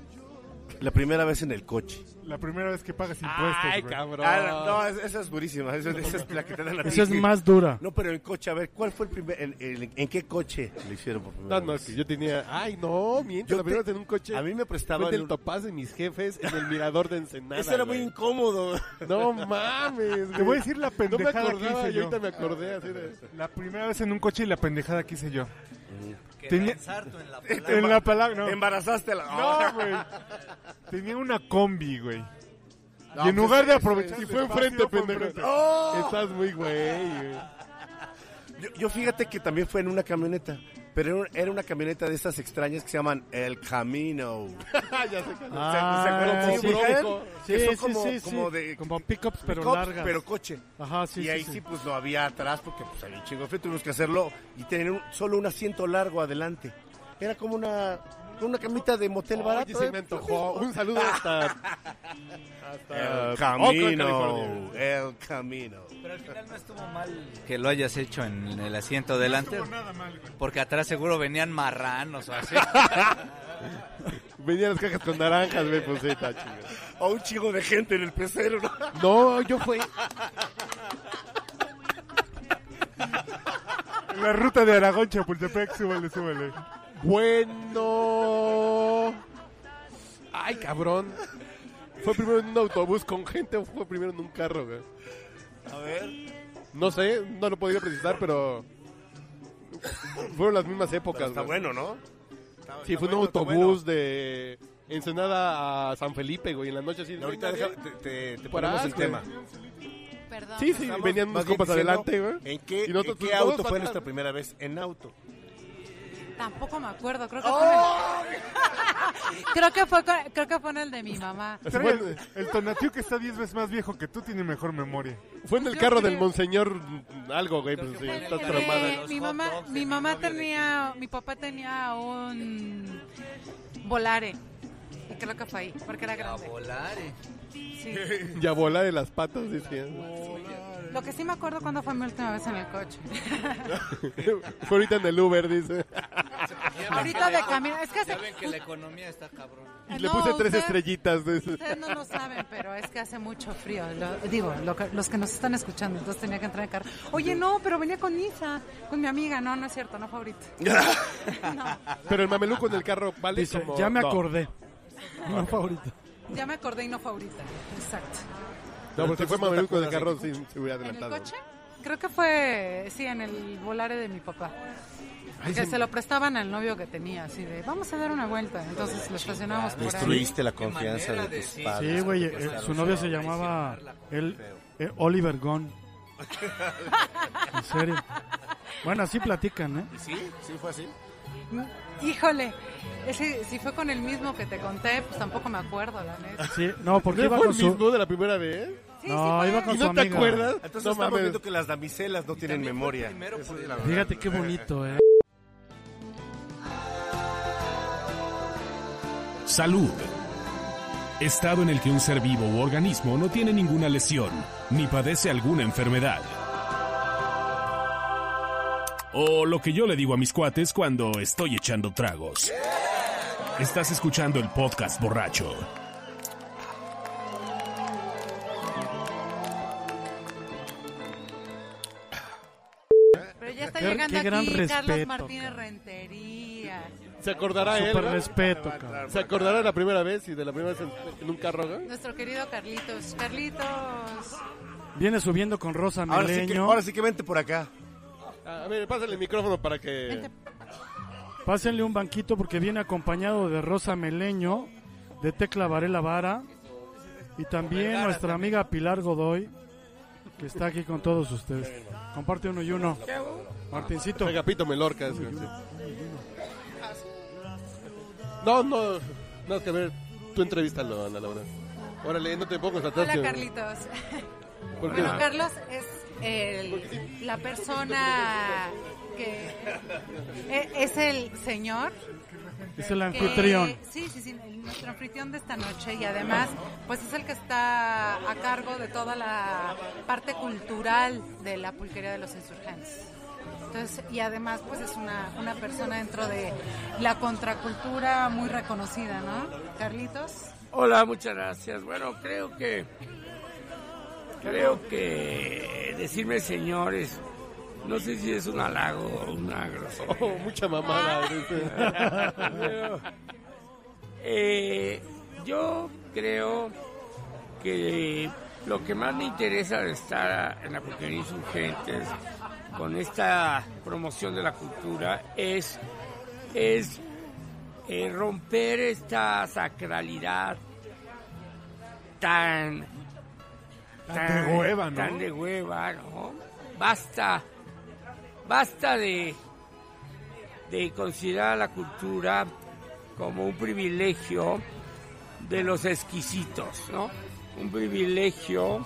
Speaker 6: La primera vez en el coche.
Speaker 4: La primera vez que pagas impuestos. Ay,
Speaker 6: Ah, no, es- esa es durísima. Esa, esa es la que te dan la
Speaker 1: Esa es
Speaker 6: bici.
Speaker 1: más dura.
Speaker 6: No, pero en coche, a ver, ¿cuál fue el primer. el- el- ¿En qué coche lo hicieron por primera
Speaker 2: No, no,
Speaker 6: vez?
Speaker 2: que yo tenía... Ay, no, miento,
Speaker 6: Yo
Speaker 2: la primera
Speaker 6: te-
Speaker 2: vez en un coche...
Speaker 6: A mí me
Speaker 2: Fue
Speaker 6: prestaban.
Speaker 2: del
Speaker 6: un-
Speaker 2: topaz de mis jefes en el mirador de Ensenada.
Speaker 6: Eso era muy
Speaker 2: güey.
Speaker 6: incómodo.
Speaker 2: No mames, güey.
Speaker 4: Te voy a decir la
Speaker 2: No me
Speaker 4: pendejada que
Speaker 2: acordaba
Speaker 4: hice
Speaker 2: y
Speaker 4: yo.
Speaker 2: ahorita me acordé así de...
Speaker 4: La primera vez en un coche y la pendejada que hice yo.
Speaker 5: Que
Speaker 4: Tenía-
Speaker 5: lanzarto en la
Speaker 4: En la palabra, no.
Speaker 6: Embarazaste a la.
Speaker 4: No, güey. Tenía una combi, güey.
Speaker 2: No,
Speaker 4: y en
Speaker 2: pues,
Speaker 4: lugar de
Speaker 2: sí,
Speaker 4: aprovechar.
Speaker 2: sí,
Speaker 4: el
Speaker 2: fue enfrente,
Speaker 4: espacio, fue
Speaker 2: pendejo.
Speaker 4: enfrente. ¡Oh!
Speaker 2: Estás muy güey, güey.
Speaker 6: Yo, yo fíjate que también fue en una camioneta. Pero era un- era una camioneta de esas extrañas que se llaman El Camino.
Speaker 2: ya sé que-
Speaker 1: Ah,
Speaker 6: ¿Se- se acuerdan?
Speaker 1: sí.
Speaker 6: Que
Speaker 1: Sí,
Speaker 6: son
Speaker 1: sí,
Speaker 6: como,
Speaker 1: sí, sí.
Speaker 6: como de
Speaker 1: Como pickups, pero
Speaker 6: cops,
Speaker 1: largas.
Speaker 6: pero coche.
Speaker 1: Ajá, sí,
Speaker 6: y
Speaker 1: sí,
Speaker 6: ahí sí.
Speaker 1: sí.
Speaker 6: pues no había atrás porque pues había un chingo de frío, tuvimos que hacerlo y tener un- solo un asiento largo adelante. Era como una una camita de motel barato.
Speaker 2: Oye, se
Speaker 6: ¿eh?
Speaker 2: me antojó. Un saludo hasta... hasta
Speaker 6: El
Speaker 2: Oakland,
Speaker 6: camino,
Speaker 2: California.
Speaker 6: el camino.
Speaker 5: Pero al final no estuvo mal que lo hayas hecho en el asiento delante. Porque atrás seguro venían marranos o así.
Speaker 2: Venían las cajas con naranjas, güey, pues sí, está chido.
Speaker 6: O un chingo de gente en el pecero. ¿no?
Speaker 2: No, yo fui...
Speaker 4: En la ruta de Aragón, Chapultepec, súbele, súbele.
Speaker 2: Bueno... Ay, cabrón. ¿Fue primero en un autobús con gente o fue primero en un carro, güey?
Speaker 6: A ver.
Speaker 2: No sé, no lo podría precisar, pero... Fueron las mismas épocas,
Speaker 6: Pero está
Speaker 2: güey.
Speaker 6: bueno, ¿no? Está-
Speaker 2: Sí,
Speaker 6: está
Speaker 2: fue un
Speaker 6: bueno, está
Speaker 2: autobús de Ensenada a San Felipe, güey, en la noche así.
Speaker 6: bueno. Ahorita
Speaker 2: venga,
Speaker 6: deja- te, te, te
Speaker 2: Para
Speaker 6: ponemos el
Speaker 2: asco.
Speaker 6: tema.
Speaker 3: Perdón.
Speaker 2: Sí, sí,
Speaker 6: Estamos
Speaker 2: venían unos
Speaker 6: más bien
Speaker 2: compas
Speaker 6: diciendo,
Speaker 2: adelante, güey.
Speaker 6: ¿En qué,
Speaker 2: Y nosotros,
Speaker 6: en qué
Speaker 2: pues,
Speaker 6: auto
Speaker 2: todos
Speaker 6: fue
Speaker 2: fatal.
Speaker 6: nuestra primera vez? En auto.
Speaker 3: Tampoco me acuerdo. Creo que, fue en el... creo, que fue con- creo que fue en el de mi mamá.
Speaker 2: Así
Speaker 4: Trae
Speaker 2: fue,
Speaker 4: el, el Tonatiuh que está 10 veces más viejo que tú tiene mejor memoria.
Speaker 2: fue en el
Speaker 3: Yo
Speaker 2: carro del
Speaker 3: creo-
Speaker 2: monseñor mm, algo, güey, pues sí,
Speaker 3: El-
Speaker 2: está
Speaker 3: el de-
Speaker 2: traumada.
Speaker 3: mi mamá, mi mamá tenía, mi papá tenía un volare. Y creo que fue ahí, porque era
Speaker 5: A
Speaker 3: grande.
Speaker 5: volar. eh.
Speaker 3: Sí.
Speaker 2: Ya bola de las patas, decían.
Speaker 3: Lo que sí me acuerdo cuando fue mi última vez en el coche.
Speaker 2: Fue ahorita en el Uber, dice.
Speaker 3: Ahorita de camino. Es que hace-
Speaker 5: Ya ven que la economía está cabrón.
Speaker 2: Y
Speaker 3: Eh,
Speaker 2: le
Speaker 3: no,
Speaker 2: puse tres
Speaker 3: usted-
Speaker 2: estrellitas, dice.
Speaker 3: Ustedes no lo saben, pero es que hace mucho frío. Lo- digo, lo que- los que nos están escuchando, entonces tenía que entrar en carro. Oye, no, pero venía con Isa, con mi amiga. No, no es cierto, no favorito.
Speaker 2: Pero el mameluco en el carro vale
Speaker 1: Dice,
Speaker 2: como-
Speaker 1: ya me
Speaker 2: no.
Speaker 1: acordé. No favorita.
Speaker 3: Ya me acordé y no favorita. Exacto.
Speaker 2: No, porque fue mameluco en el
Speaker 6: acuerdas
Speaker 2: carro sin se hubiera
Speaker 3: ¿En el
Speaker 2: adelantado.
Speaker 3: coche? Creo que fue, sí, en el volare de mi papá. Que se lo prestaban al novio que tenía, así de, vamos a dar una vuelta. Entonces lo estacionamos por ahí.
Speaker 6: Destruiste la confianza
Speaker 5: manera
Speaker 6: de
Speaker 5: de
Speaker 6: tus
Speaker 5: decir.
Speaker 6: padres.
Speaker 1: Sí, güey,
Speaker 6: que
Speaker 1: eh,
Speaker 6: te prestaron
Speaker 1: su novia
Speaker 6: su
Speaker 1: se
Speaker 6: auto.
Speaker 1: llamaba él, eh, Oliver Gon. En serio. Bueno, así platican, ¿eh?
Speaker 6: ¿Y ¿Sí? ¿Sí fue así?
Speaker 3: Híjole, ese, si fue con el mismo que te conté, pues tampoco me acuerdo, la neta.
Speaker 1: Sí, no, porque
Speaker 2: ¿Qué
Speaker 1: iba
Speaker 2: fue el
Speaker 1: con su...
Speaker 2: mismo de la primera vez?
Speaker 3: Sí,
Speaker 1: No,
Speaker 3: sí,
Speaker 1: iba
Speaker 3: fue.
Speaker 1: con
Speaker 2: ¿Y
Speaker 1: su
Speaker 2: no te
Speaker 1: amiga.
Speaker 2: acuerdas?
Speaker 6: Entonces
Speaker 2: No
Speaker 6: estamos
Speaker 2: mames.
Speaker 6: viendo que las damiselas no tienen memoria.
Speaker 5: Primero por el-
Speaker 1: Fíjate qué bonito, ¿eh?
Speaker 7: Salud. Estado en el que un ser vivo u organismo no tiene ninguna lesión ni padece alguna enfermedad. O lo que yo le digo a mis cuates cuando estoy echando tragos. Estás escuchando el podcast borracho.
Speaker 3: Pero ya está
Speaker 1: Qué-
Speaker 3: llegando
Speaker 1: qué gran
Speaker 3: aquí
Speaker 1: respeto,
Speaker 3: Carlos Martínez
Speaker 1: cabrón.
Speaker 3: Rentería.
Speaker 2: Se acordará él.
Speaker 1: Súper
Speaker 2: ¿verdad?
Speaker 1: respeto, cabrón.
Speaker 2: ¿Se acordará de la primera vez y de la primera vez en, en un carro, güey?
Speaker 3: Nuestro querido Carlitos. Carlitos.
Speaker 1: Viene subiendo con Rosa
Speaker 6: Ahora sí, que,
Speaker 1: Milenio.
Speaker 6: ahora sí que vente por acá.
Speaker 2: A a ver, pásale el micrófono para que...
Speaker 3: Vente.
Speaker 1: Pásenle un banquito porque viene acompañado de Rosa Meleño, de Tecla Varela Vara y también
Speaker 5: Vergara
Speaker 1: nuestra amiga Pilar Godoy, que está aquí con todos ustedes. Comparte uno y uno. Martincito.
Speaker 2: Venga, Pito Melorca. es- No, no, no, que a ver, tú entrevístalo, Ana Laura. Órale, no te puedo contratar.
Speaker 3: Hola
Speaker 2: señor.
Speaker 3: Carlitos.
Speaker 2: ¿Por qué?
Speaker 3: Bueno, Carlos es el- la persona que e- es el señor.
Speaker 1: Es el
Speaker 3: que-
Speaker 1: anfitrión.
Speaker 3: sí, sí, sí, el- nuestro anfitrión de esta noche y además pues es el que está a cargo de toda la parte cultural de la pulquería de los insurgentes. Entonces, y además pues es una, una persona dentro de la contracultura muy reconocida, ¿no? Carlitos.
Speaker 10: Hola, muchas gracias. Bueno, creo que. Creo que decirme señores, no sé si es un halago o una grosería. Ah.
Speaker 2: Oh, mucha mamada. dice.
Speaker 10: Eh, yo creo que lo que más me interesa de estar en la Pulquería Insurgentes con esta promoción de la cultura es, es eh, romper esta sacralidad tan,
Speaker 4: Tan de hueva, ¿no?
Speaker 10: tan de hueva, ¿no? Basta, basta de, de considerar la cultura como un privilegio de los exquisitos, ¿no? Un privilegio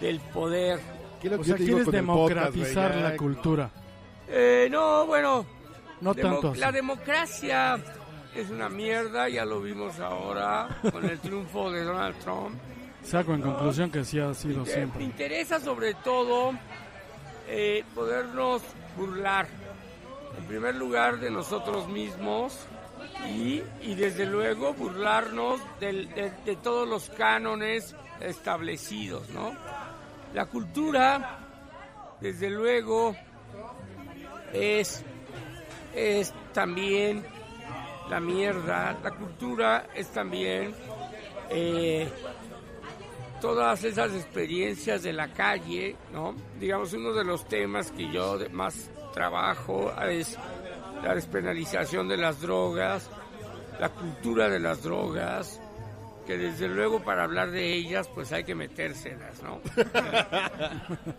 Speaker 10: del poder.
Speaker 2: ¿Qué es lo
Speaker 1: O
Speaker 2: que
Speaker 1: sea,
Speaker 2: yo te digo
Speaker 1: quieres
Speaker 2: con el podcast, güey?
Speaker 1: democratizar
Speaker 2: Ya,
Speaker 1: la cultura.
Speaker 10: Eh, no, bueno,
Speaker 1: No
Speaker 10: demo-
Speaker 1: tanto. así.
Speaker 10: la democracia es una mierda, ya lo vimos ahora con el triunfo de Donald Trump.
Speaker 1: Saco en conclusión que sí ha sido
Speaker 10: Eh, Me
Speaker 1: siempre.
Speaker 10: interesa sobre todo eh, podernos burlar, en primer lugar, de nosotros mismos y, y desde luego burlarnos del- de, de todos los cánones establecidos, ¿no? La cultura, desde luego, es, es también la mierda, la cultura es también... eh, todas esas experiencias de la calle, ¿no? Digamos, uno de los temas que yo de- más trabajo es la despenalización de las drogas, la cultura de las drogas, que desde luego para hablar de ellas, pues hay que metérselas, ¿no?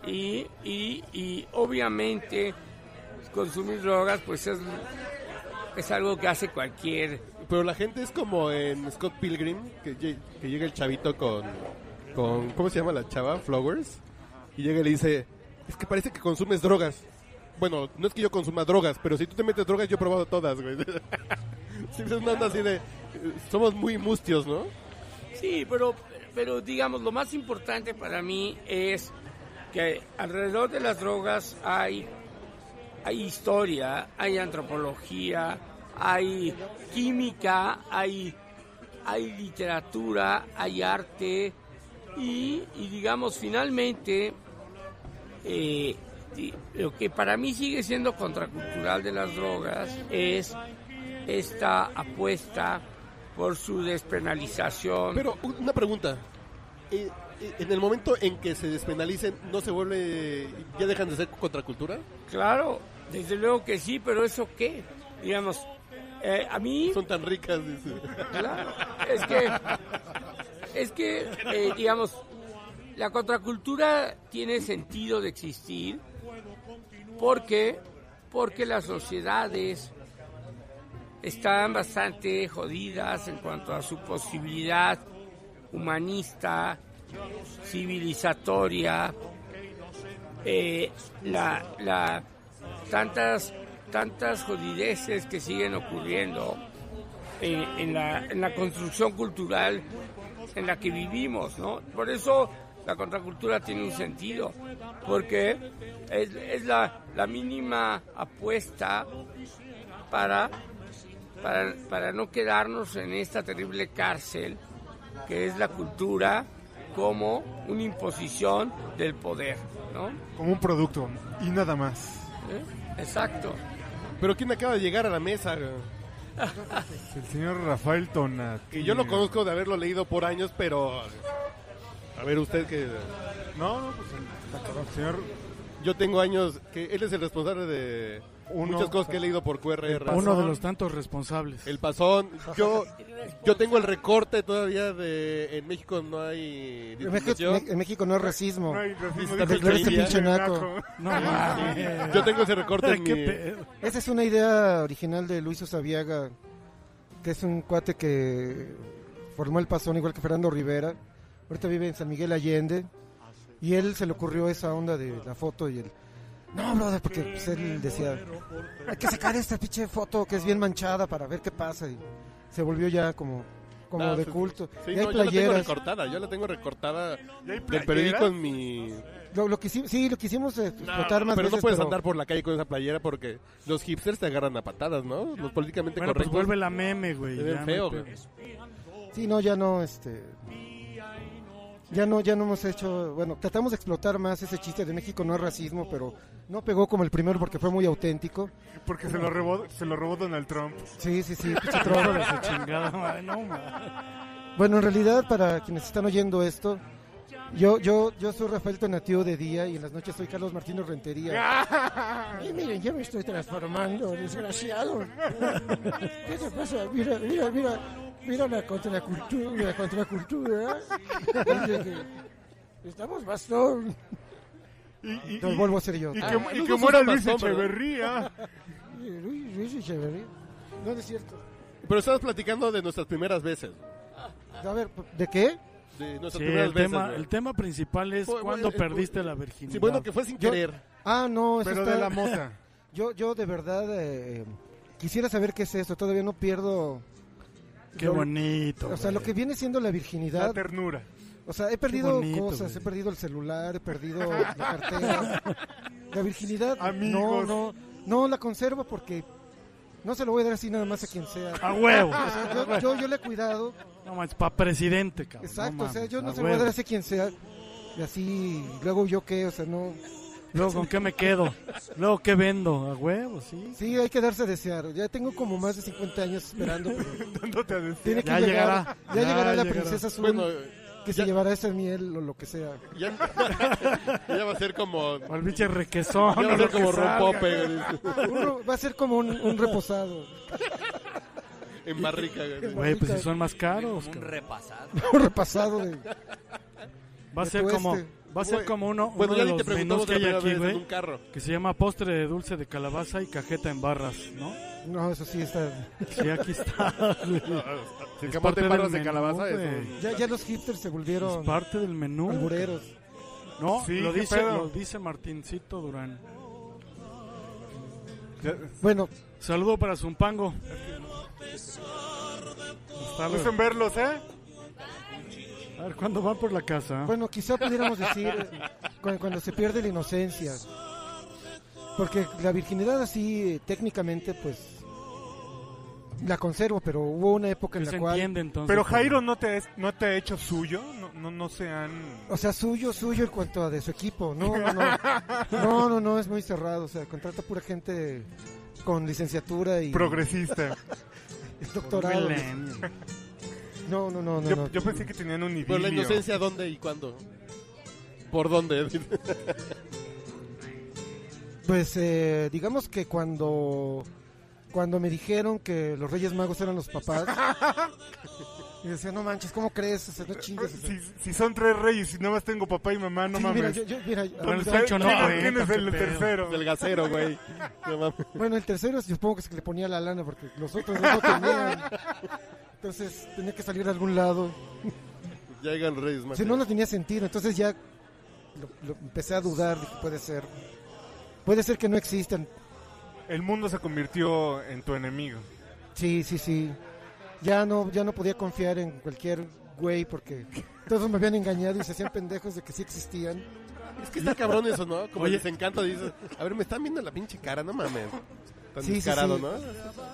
Speaker 10: y, y, y obviamente consumir drogas, pues es, es algo que hace cualquier...
Speaker 2: Pero la gente es como en Scott Pilgrim, que, lle- que llega el chavito con, con... ¿Cómo se llama la chava? Flowers. Y llega y le dice, es que parece que consumes drogas. Bueno, no es que yo consuma drogas, pero si tú te metes drogas, yo he probado todas, güey. Siempre es una onda así de... eh, Somos muy mustios, ¿no?
Speaker 10: Sí, pero, pero digamos, lo más importante para mí es que alrededor de las drogas hay, hay historia, hay antropología, hay química, hay, hay literatura, hay arte y, y digamos, finalmente, eh, di- lo que para mí sigue siendo contracultural de las drogas es esta apuesta por su despenalización.
Speaker 2: Pero una pregunta. Eh, eh, En el momento en que se despenalicen, ¿no se vuelve... ya dejan de ser contracultura?
Speaker 10: Claro, desde luego que sí, pero eso qué, digamos, eh, a mí,
Speaker 2: Son tan ricas, dice.
Speaker 10: claro, es que, es que, eh, digamos, la contracultura tiene sentido de existir porque, porque las sociedades están bastante jodidas en cuanto a su posibilidad humanista, civilizatoria, eh, la, la- tantas, tantas jodideces que siguen ocurriendo eh, en, la, en la construcción cultural en la que vivimos, ¿no? Por eso la contracultura tiene un sentido, porque es, es la, la mínima apuesta para, para, para no quedarnos en esta terrible cárcel que es la cultura como una imposición del poder, ¿no?
Speaker 4: Como un producto y nada más.
Speaker 10: ¿Eh? Exacto.
Speaker 2: Pero ¿quién acaba de llegar a la mesa? güey?
Speaker 4: El señor Rafael Tona.
Speaker 2: Que yo lo conozco de haberlo leído por años, pero... A ver, usted que...
Speaker 4: No, no, pues el, el señor
Speaker 2: yo tengo años que él es el responsable de
Speaker 1: Uno.
Speaker 2: muchas cosas que he leído por QRR.
Speaker 1: Uno de los tantos responsables.
Speaker 2: El pasón. Yo, yo tengo el recorte todavía de. En México no hay.
Speaker 11: En México,
Speaker 2: discriminación.
Speaker 11: en México no es racismo.
Speaker 2: No hay racismo,
Speaker 11: Te
Speaker 2: dijo
Speaker 11: declaras
Speaker 2: el
Speaker 11: este
Speaker 2: Chivia.
Speaker 11: pinche naco.
Speaker 2: No, mames. Yo tengo ese recorte en
Speaker 11: Qué
Speaker 2: mi-
Speaker 11: pedo. Esa es una idea original de Luis Osabiaga, que es un cuate que formó el pasón igual que Fernando Rivera. Ahorita vive en San Miguel Allende. Y él se le ocurrió esa onda de la foto y el... No, brother, porque pues, él decía, hay que sacar esta pinche foto que es bien manchada para ver qué pasa. Y se volvió ya como, como
Speaker 2: Ah,
Speaker 11: de
Speaker 2: sí,
Speaker 11: culto.
Speaker 2: Sí,
Speaker 11: Y
Speaker 2: no,
Speaker 11: hay
Speaker 2: yo la tengo
Speaker 11: playeras.
Speaker 2: recortada. Yo la tengo recortada del
Speaker 11: playeras?
Speaker 2: periódico en mi.
Speaker 11: Lo, lo que hicimos, sí, lo quisimos eh, explotar más
Speaker 2: pero
Speaker 11: veces,
Speaker 2: no puedes andar por la calle con esa playera porque los hipsters te agarran a patadas, ¿no? Los políticamente
Speaker 1: Bueno, pues
Speaker 2: correctos.
Speaker 1: vuelve la meme, güey.
Speaker 2: Se ven
Speaker 1: ya no
Speaker 2: feo,
Speaker 1: hay pedo.
Speaker 2: güey.
Speaker 11: Sí, no, ya no, este... Ya no, ya no hemos hecho... Bueno, tratamos de explotar más ese chiste de México no es racismo, pero no pegó como el primero porque fue muy auténtico.
Speaker 4: Porque se lo robó, se lo robó Donald Trump.
Speaker 11: Sí, sí, sí, pinche troll.
Speaker 4: Su chingada madre, no,
Speaker 11: Bueno, en realidad, para quienes están oyendo esto, yo, yo, yo soy Rafael Tonatiu de día y en las noches soy Carlos Martínez
Speaker 1: Ah.
Speaker 11: Rentería.
Speaker 12: Y miren, yo me estoy transformando, desgraciado. ¿Qué te pasa? Mira, mira, mira, mira la contracultura, la contracultura. ¿eh? Oye, que Estamos bastón.
Speaker 4: Y,
Speaker 11: Los vuelvo a ser yo. Ah,
Speaker 4: y que- y que muera Luis Echeverría.
Speaker 12: Luis, Luis Echeverría.
Speaker 11: No, no es cierto.
Speaker 2: Pero estabas platicando de nuestras primeras veces.
Speaker 11: A ver, ¿de qué?
Speaker 2: De nuestras
Speaker 1: Sí,
Speaker 2: primeras
Speaker 1: el,
Speaker 2: veces.
Speaker 1: tema,
Speaker 2: güey.
Speaker 1: el tema principal es
Speaker 2: Fue- fue-
Speaker 1: cuándo
Speaker 2: eh,
Speaker 1: perdiste
Speaker 2: fue-
Speaker 1: la virginidad.
Speaker 2: Sí, bueno, que fue sin
Speaker 11: Yo-
Speaker 2: querer.
Speaker 11: Ah, no, eso
Speaker 2: Pero
Speaker 11: está-
Speaker 2: de la mota.
Speaker 11: Yo, yo de verdad eh, quisiera saber qué es esto. Todavía no pierdo.
Speaker 1: Qué
Speaker 11: lo-
Speaker 1: bonito,
Speaker 11: O sea,
Speaker 1: güey.
Speaker 11: lo que viene siendo la virginidad.
Speaker 1: La ternura.
Speaker 11: O sea, he
Speaker 1: Qué
Speaker 11: perdido
Speaker 1: bonito,
Speaker 11: cosas.
Speaker 1: güey.
Speaker 11: He perdido el celular, he perdido la cartera. La virginidad.
Speaker 1: Amigos.
Speaker 11: No, no, no la conservo porque no se lo voy a dar así nada más a quien sea.
Speaker 1: A huevo.
Speaker 11: O sea, yo- yo, yo le he cuidado.
Speaker 1: No manches, para presidente, cabrón.
Speaker 11: Exacto,
Speaker 1: no
Speaker 11: o sea,
Speaker 1: mames,
Speaker 11: yo no
Speaker 1: a
Speaker 11: se lo voy a
Speaker 1: huevo.
Speaker 11: dar así quien sea. Y así, luego yo qué, o sea, no.
Speaker 1: Luego, ¿con qué me quedo? Luego, ¿qué vendo? A huevo, sí.
Speaker 11: Sí, hay que darse a desear. Ya tengo como más de 50 años esperando. pero Tiene que
Speaker 1: Ya
Speaker 11: llegar,
Speaker 1: llegará.
Speaker 11: Ya,
Speaker 1: Ya
Speaker 11: llegará la
Speaker 1: llegará.
Speaker 11: princesa azul
Speaker 1: Bueno,
Speaker 11: que se llevará ese miel o lo que sea.
Speaker 2: Ya, ya va a ser como.
Speaker 1: O el pinche requesón,
Speaker 2: Ya va
Speaker 1: o
Speaker 2: a
Speaker 1: lo
Speaker 2: ser
Speaker 1: que
Speaker 2: como
Speaker 1: salga.
Speaker 2: rompope.
Speaker 11: Uno va a ser como un, un reposado.
Speaker 2: en barrica. güey.
Speaker 1: Güey, pues si son más caros.
Speaker 5: Un
Speaker 1: cabrón.
Speaker 5: repasado.
Speaker 11: Un repasado de.
Speaker 1: Va a
Speaker 11: de
Speaker 1: ser
Speaker 11: tueste.
Speaker 1: como va a ser como uno, uno
Speaker 2: Bueno, ya
Speaker 1: de
Speaker 2: ni te
Speaker 1: los menús
Speaker 2: preguntamos
Speaker 1: que
Speaker 2: la
Speaker 1: hay aquí,
Speaker 2: primera vez en
Speaker 1: güey,
Speaker 2: un carro.
Speaker 1: que se llama postre de dulce de calabaza y cajeta en barras, ¿no?
Speaker 11: No, eso sí está.
Speaker 1: Sí, aquí está. güey.
Speaker 4: Sí,
Speaker 1: Es
Speaker 4: camote
Speaker 1: parte
Speaker 4: en barras
Speaker 1: del
Speaker 4: de calabaza es
Speaker 1: güey.
Speaker 4: un-
Speaker 11: Ya, ya los hipsters se volvieron.
Speaker 1: Es parte del menú.
Speaker 11: Albureros.
Speaker 1: No,
Speaker 11: Sí,
Speaker 1: lo
Speaker 11: qué
Speaker 1: dice
Speaker 11: pedo.
Speaker 1: lo dice Martincito Durán.
Speaker 11: Bueno,
Speaker 1: saludo para Zumpango. Hasta luego.
Speaker 4: Gusten verlos, ¿eh?
Speaker 1: A ver cuándo van por la casa.
Speaker 11: Bueno, quizá pudiéramos decir eh, cu- cuando se pierde la inocencia. Porque la virginidad así eh, técnicamente pues la conservo, pero hubo una época
Speaker 2: Pues
Speaker 1: Pues
Speaker 11: en la cual
Speaker 4: Pero Jairo no te, es- no te ha hecho suyo, no, no, no se han...
Speaker 11: o sea, suyo, suyo en cuanto a de su equipo. No, no, no. No, no, no, es muy cerrado, o sea, contrata pura gente con licenciatura y
Speaker 4: Progresista.
Speaker 11: Es doctorado.
Speaker 4: millennial.
Speaker 11: No, no, no, no.
Speaker 4: Yo-
Speaker 11: no.
Speaker 4: yo pensé que tenían un
Speaker 2: Pero la inocencia, ¿dónde y cuándo? ¿Por dónde?
Speaker 11: Pues eh, digamos que cuando cuando me dijeron que los Reyes Magos eran los papás, y decía, no manches, ¿cómo crees? O sea, no chingues. o sea.
Speaker 4: Si, si son tres reyes y nada más tengo papá y mamá, no
Speaker 11: Sí,
Speaker 4: mames.
Speaker 11: mira, yo- yo- mira, Pero el
Speaker 4: ¿Quién-
Speaker 11: Sancho no,
Speaker 4: ¿Quién,
Speaker 11: güey,
Speaker 4: quién es
Speaker 11: tampoco
Speaker 4: el
Speaker 11: pedo.
Speaker 4: tercero?
Speaker 2: Del gasero, güey. No mames.
Speaker 11: Bueno, el tercero supongo que es que le ponía la lana porque los otros dos no tenían. Entonces tenía que salir de algún lado.
Speaker 2: Ya llegan los reyes, más.
Speaker 11: Si no, no tenía sentido. Entonces ya lo- lo empecé a dudar. Dije, puede ser. Puede ser que no existan.
Speaker 4: El mundo se convirtió en tu enemigo.
Speaker 11: Sí, sí, sí. Ya no, ya no podía confiar en cualquier güey porque todos me habían engañado y se hacían pendejos de que sí existían.
Speaker 2: Es que está cabrón eso, ¿no? Como
Speaker 11: Oye.
Speaker 2: les encanta, dices, a ver, me están viendo la pinche cara, no mames. Tan
Speaker 11: Sí, sí,
Speaker 2: descarado,
Speaker 11: sí.
Speaker 2: ¿no?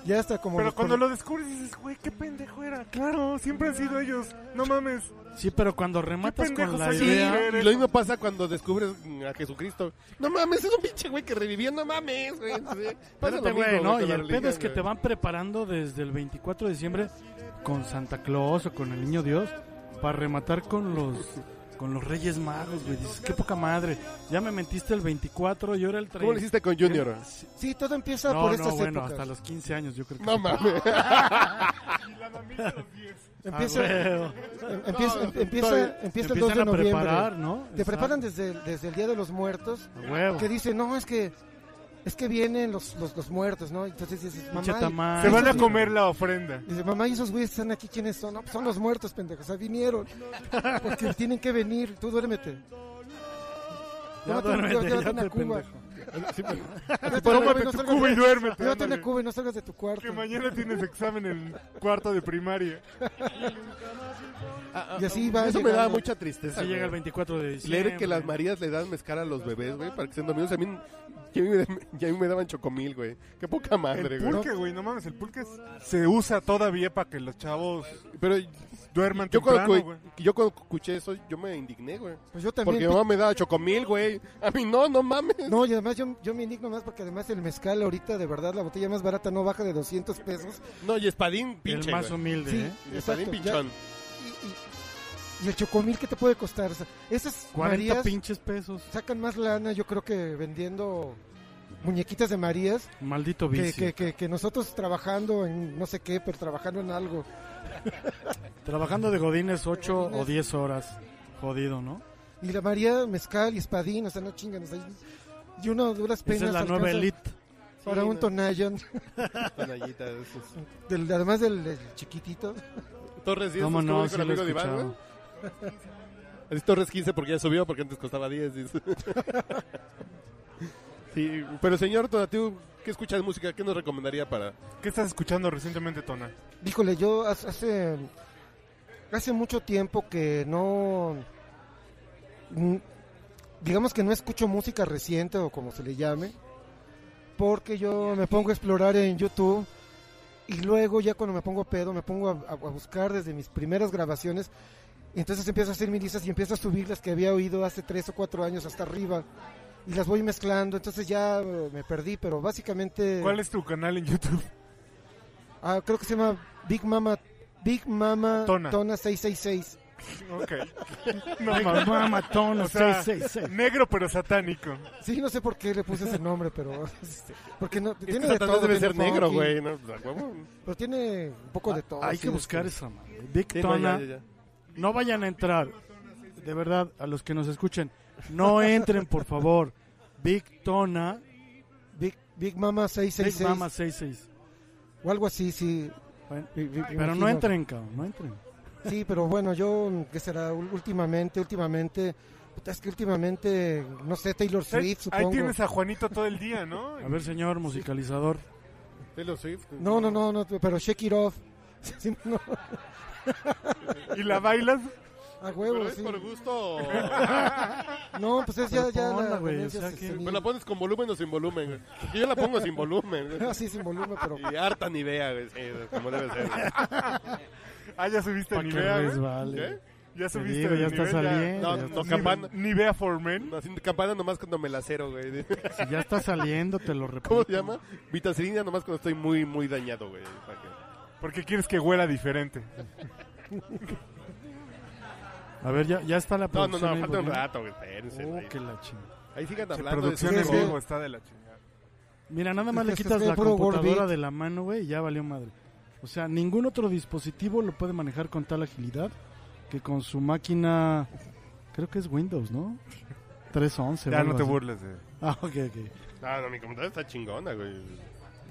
Speaker 11: Ya está como...
Speaker 4: Pero
Speaker 11: los-
Speaker 4: cuando lo descubres dices, güey, qué pendejo era. Claro, siempre han sido ellos. No mames.
Speaker 1: Sí, pero cuando rematas
Speaker 4: pendejos
Speaker 1: con la
Speaker 4: soy?
Speaker 1: idea,
Speaker 2: Y lo mismo pasa cuando descubres a Jesucristo. No mames, es un pinche güey que revivió, no mames, güey. Sí, Pasa lo
Speaker 1: Espérate, güey,
Speaker 2: mismo,
Speaker 1: ¿no?
Speaker 2: güey, con
Speaker 1: Y
Speaker 2: la
Speaker 1: el
Speaker 2: religión,
Speaker 1: pedo es que
Speaker 2: güey.
Speaker 1: te van preparando desde el 24 de diciembre con Santa Claus o con el Niño Dios para rematar con los con los Reyes Magos, güey. Dices, qué poca madre. Ya me mentiste el 24 y ahora el 30.
Speaker 2: ¿Cómo lo hiciste con Junior?
Speaker 11: Sí, todo empieza
Speaker 1: No,
Speaker 11: por
Speaker 1: no,
Speaker 11: estas
Speaker 1: bueno,
Speaker 11: épocas.
Speaker 1: hasta los 15 años yo creo que.
Speaker 2: No mames.
Speaker 11: Empieza, em-
Speaker 1: Ah, güey.
Speaker 11: empieza,
Speaker 1: No,
Speaker 11: em- empieza-
Speaker 1: todavía-
Speaker 11: empieza el
Speaker 1: empiezan
Speaker 11: 2 de
Speaker 1: a
Speaker 11: noviembre.
Speaker 1: preparar, ¿no?
Speaker 11: Te
Speaker 1: Exacto.
Speaker 11: preparan desde, el- desde el Día de los Muertos.
Speaker 1: A huevo.
Speaker 11: Que dicen, no, es que es que vienen los, los, los muertos, ¿no? Entonces dices, mamá.
Speaker 1: Pinche tamal.
Speaker 4: Se van a comer la ofrenda.
Speaker 11: Dice, mamá, ¿y esos güeyes que están aquí quiénes son? No, pues son los muertos, pendejos. O sea, vinieron. Porque tienen que venir. Tú duérmete. Llévate-
Speaker 1: duérmete,
Speaker 11: llévate
Speaker 1: ya
Speaker 11: una
Speaker 1: te
Speaker 11: Cuba. Eh,
Speaker 1: pendejo. Sí, pero-
Speaker 11: Llévate
Speaker 4: Tómate
Speaker 11: una Cuba y no
Speaker 4: tu
Speaker 11: salgas
Speaker 4: Cuba
Speaker 11: de-
Speaker 4: y
Speaker 11: Llévate
Speaker 4: duérmete,
Speaker 11: una
Speaker 4: ándale.
Speaker 11: Cuba y no salgas de tu cuarto.
Speaker 4: Que mañana tienes examen en cuarto de primaria.
Speaker 11: Y así
Speaker 2: va Ah, Eso me da mucha tristeza.
Speaker 1: Así llega
Speaker 2: güey.
Speaker 1: el 24 de diciembre.
Speaker 2: Leer que las Marías le dan mezcal a los bebés, güey, para que sean dormidos. A mí, ya a mí me- ya a mí me daban chocomil, güey. Qué poca madre,
Speaker 4: el
Speaker 2: güey.
Speaker 4: pulque, güey, no mames, el pulque es- se usa todavía para que los chavos
Speaker 2: Pero
Speaker 4: duerman
Speaker 2: Yo cuando,
Speaker 4: temprano,
Speaker 2: cu-
Speaker 4: güey.
Speaker 2: yo cuando escuché eso, yo me indigné, güey.
Speaker 11: Pues yo también.
Speaker 2: Porque mi mamá me daba chocomil, güey. A mí no, no mames.
Speaker 11: No, y además yo, yo me indigno más porque además el mezcal ahorita, de verdad, la botella más barata no baja de 200 pesos.
Speaker 2: No, y espadín pinche,
Speaker 1: más
Speaker 2: güey.
Speaker 1: humilde,
Speaker 11: Sí,
Speaker 1: ¿eh?
Speaker 2: Y espadín
Speaker 11: exacto, ya.
Speaker 2: pinchón.
Speaker 11: Y el chocomil, ¿qué te puede costar? O sea, esas
Speaker 1: 40
Speaker 11: Marías
Speaker 1: pinches pesos.
Speaker 11: sacan más lana, yo creo que vendiendo muñequitas de Marías
Speaker 1: Maldito
Speaker 11: que,
Speaker 1: vicio.
Speaker 11: que, que, que nosotros trabajando en no sé qué, pero trabajando en algo.
Speaker 1: Trabajando de godines 8 o 10 horas. Jodido, ¿no?
Speaker 11: Y la María Mezcal y Espadín, o sea, no chingan. o sea, y- y uno a duras
Speaker 1: Esa es
Speaker 11: penas.
Speaker 1: la
Speaker 11: alcanza
Speaker 1: nueva elite.
Speaker 11: Para
Speaker 2: Sí,
Speaker 11: un
Speaker 2: no.
Speaker 11: Tonayan.
Speaker 2: Tonallita, eso es-
Speaker 11: Del- además del, del chiquitito.
Speaker 2: Torres 10
Speaker 1: ¿Cómo
Speaker 2: es
Speaker 1: no?
Speaker 2: como dijo el
Speaker 1: Sí lo he
Speaker 2: amigo de Iván,
Speaker 1: escuchado.
Speaker 2: güey. Así Torres 15 porque ya subió, porque antes costaba 10. dice. sí, pero señor Tonatiu, ¿qué escucha de música? ¿Qué nos recomendaría para...?
Speaker 4: ¿Qué estás escuchando recientemente, Tona?
Speaker 11: Híjole, yo hace- hace hace mucho tiempo que no mm, digamos que no escucho música reciente o como se le llame, porque yo me pongo a explorar en YouTube y luego ya cuando me pongo pedo me pongo a, a- a buscar desde mis primeras grabaciones. y Entonces empiezo a hacer mis listas y empiezo a subir las que había oído hace tres o cuatro años hasta arriba y las voy mezclando. Entonces ya eh, me perdí, pero básicamente
Speaker 4: ¿Cuál es tu canal en YouTube?
Speaker 11: Ah, creo que se llama Big Mama Big Mama
Speaker 4: Tona.
Speaker 11: Tona, 666.
Speaker 4: Ok.
Speaker 11: Ay,
Speaker 4: mames.
Speaker 11: mamá, tono,
Speaker 4: O sea,
Speaker 11: 666.
Speaker 4: Negro pero satánico.
Speaker 11: Sí, no sé por qué le puse ese nombre, pero porque no
Speaker 2: Es que
Speaker 11: tiene de
Speaker 2: Satanás
Speaker 11: todo.
Speaker 2: debe
Speaker 11: tiene
Speaker 2: ser negro,
Speaker 11: funky,
Speaker 2: güey. ¿no? A huevo.
Speaker 11: Pero tiene un poco de todo.
Speaker 1: Ah, Hay
Speaker 11: sí,
Speaker 1: que buscar
Speaker 11: este.
Speaker 1: esa madre. Big
Speaker 2: Sí, no,
Speaker 1: Tona.
Speaker 2: ya, ya, ya.
Speaker 1: No vayan a entrar. De verdad, a los que nos escuchen, no entren, por favor. Big Tona.
Speaker 11: Big, Big Mama 666.
Speaker 1: Big Mama 66.
Speaker 11: O algo así, sí. Me- me- me
Speaker 1: Pero no
Speaker 11: imagino.
Speaker 1: entren, cabrón, no entren.
Speaker 11: Sí, pero bueno, yo, ¿qué será? Ul- Últimamente, últimamente. puta, Es que últimamente, no sé, Taylor Swift, supongo.
Speaker 4: Ahí tienes a Juanito todo el día, ¿no?
Speaker 1: A ver, señor musicalizador.
Speaker 2: Taylor Swift.
Speaker 11: No, no, no, no, pero Shake It Off. Sí, no.
Speaker 4: ¿Y la bailas?
Speaker 11: A huevo,
Speaker 2: ¿Pero es
Speaker 11: sí.
Speaker 2: por gusto? o-
Speaker 11: No, pues es ya, ya la demencia senil.
Speaker 2: ¿Me la pones con volumen o sin volumen? güey? Porque Yo la pongo sin volumen. güey.
Speaker 11: Así sin volumen, pero
Speaker 2: Y harta ni idea, güey. sí, como debe ser.
Speaker 4: Ah, ya subiste
Speaker 1: Pa'
Speaker 4: ni
Speaker 1: que
Speaker 4: vea, güey.
Speaker 1: resbale.
Speaker 2: ¿Qué?
Speaker 4: Ya
Speaker 1: Te
Speaker 4: subiste
Speaker 1: digo,
Speaker 4: de
Speaker 1: ya está
Speaker 4: nivel,
Speaker 1: saliendo,
Speaker 2: No,
Speaker 1: ya
Speaker 2: no,
Speaker 1: está
Speaker 2: campana.
Speaker 1: saliendo.
Speaker 4: Ni vea for men.
Speaker 2: No, sin campana nomás cuando me la cero, güey.
Speaker 1: Si ya está saliendo, te lo repito.
Speaker 2: ¿Cómo se llama? Vitacilina nomás cuando estoy muy, muy dañado, güey. para que-
Speaker 4: Porque quieres que huela diferente.
Speaker 1: A ver, ya, ya está la
Speaker 2: No, no,
Speaker 1: producción.
Speaker 2: no,
Speaker 1: ahí,
Speaker 2: falta un
Speaker 1: ¿no?
Speaker 2: rato, güey. espérense,
Speaker 1: Oh,
Speaker 2: güey.
Speaker 1: qué la chingada.
Speaker 2: Ahí sigan
Speaker 4: La
Speaker 2: hablando. de
Speaker 4: producción
Speaker 2: ese
Speaker 4: en
Speaker 2: juego.
Speaker 4: vivo está de la chingada.
Speaker 1: Mira, nada más le
Speaker 11: Entonces,
Speaker 1: quitas
Speaker 11: es
Speaker 1: la
Speaker 11: puro World
Speaker 1: computadora
Speaker 11: Beat.
Speaker 1: de la mano, güey, y ya valió madre. O sea, ningún otro dispositivo lo puede manejar con tal agilidad que con su máquina, creo que es Windows, ¿no? 311.
Speaker 4: Ya
Speaker 1: o algo
Speaker 4: no te
Speaker 1: así.
Speaker 4: burles de...
Speaker 1: Ah, ok, ok.
Speaker 2: Ah, No, no, mi computadora está chingona, güey.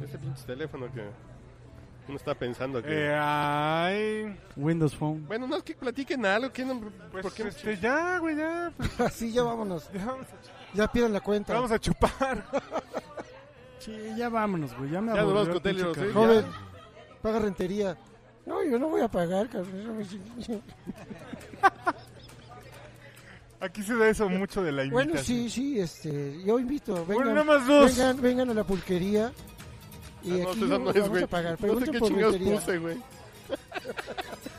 Speaker 2: Ese pinche teléfono que uno está pensando que...
Speaker 4: Eh, ay...
Speaker 1: Windows Phone.
Speaker 2: Bueno, no, es que platiquen algo. que no-
Speaker 4: Pues
Speaker 2: ¿Por qué no-
Speaker 4: este, ya, güey, ya. pues,
Speaker 11: así ya vámonos.
Speaker 4: ya vamos, a,
Speaker 11: Ya pidan la cuenta.
Speaker 4: vamos a chupar.
Speaker 1: Sí, ya vámonos, güey. Ya me
Speaker 2: Ya nos
Speaker 1: aburrió
Speaker 2: vamos
Speaker 1: el
Speaker 2: con Taylor
Speaker 1: pinche
Speaker 2: Swift,
Speaker 1: carro.
Speaker 11: Joven, paga rentería.
Speaker 12: No, yo no voy a pagar, cabrón. eso me chingue.
Speaker 4: Aquí se da eso mucho de la invitación.
Speaker 12: Bueno, sí, sí, este, yo invito. Vengan,
Speaker 4: Bueno, nada más dos.
Speaker 12: Vengan, vengan a la pulquería. Y
Speaker 2: Ah, no,
Speaker 12: aquí
Speaker 2: esa
Speaker 12: yo-
Speaker 2: no es,
Speaker 12: vamos
Speaker 2: güey.
Speaker 12: a pagar.
Speaker 2: No sé
Speaker 12: Pregunten
Speaker 2: qué
Speaker 12: por
Speaker 2: chingados
Speaker 12: pulquería.
Speaker 2: puse, güey.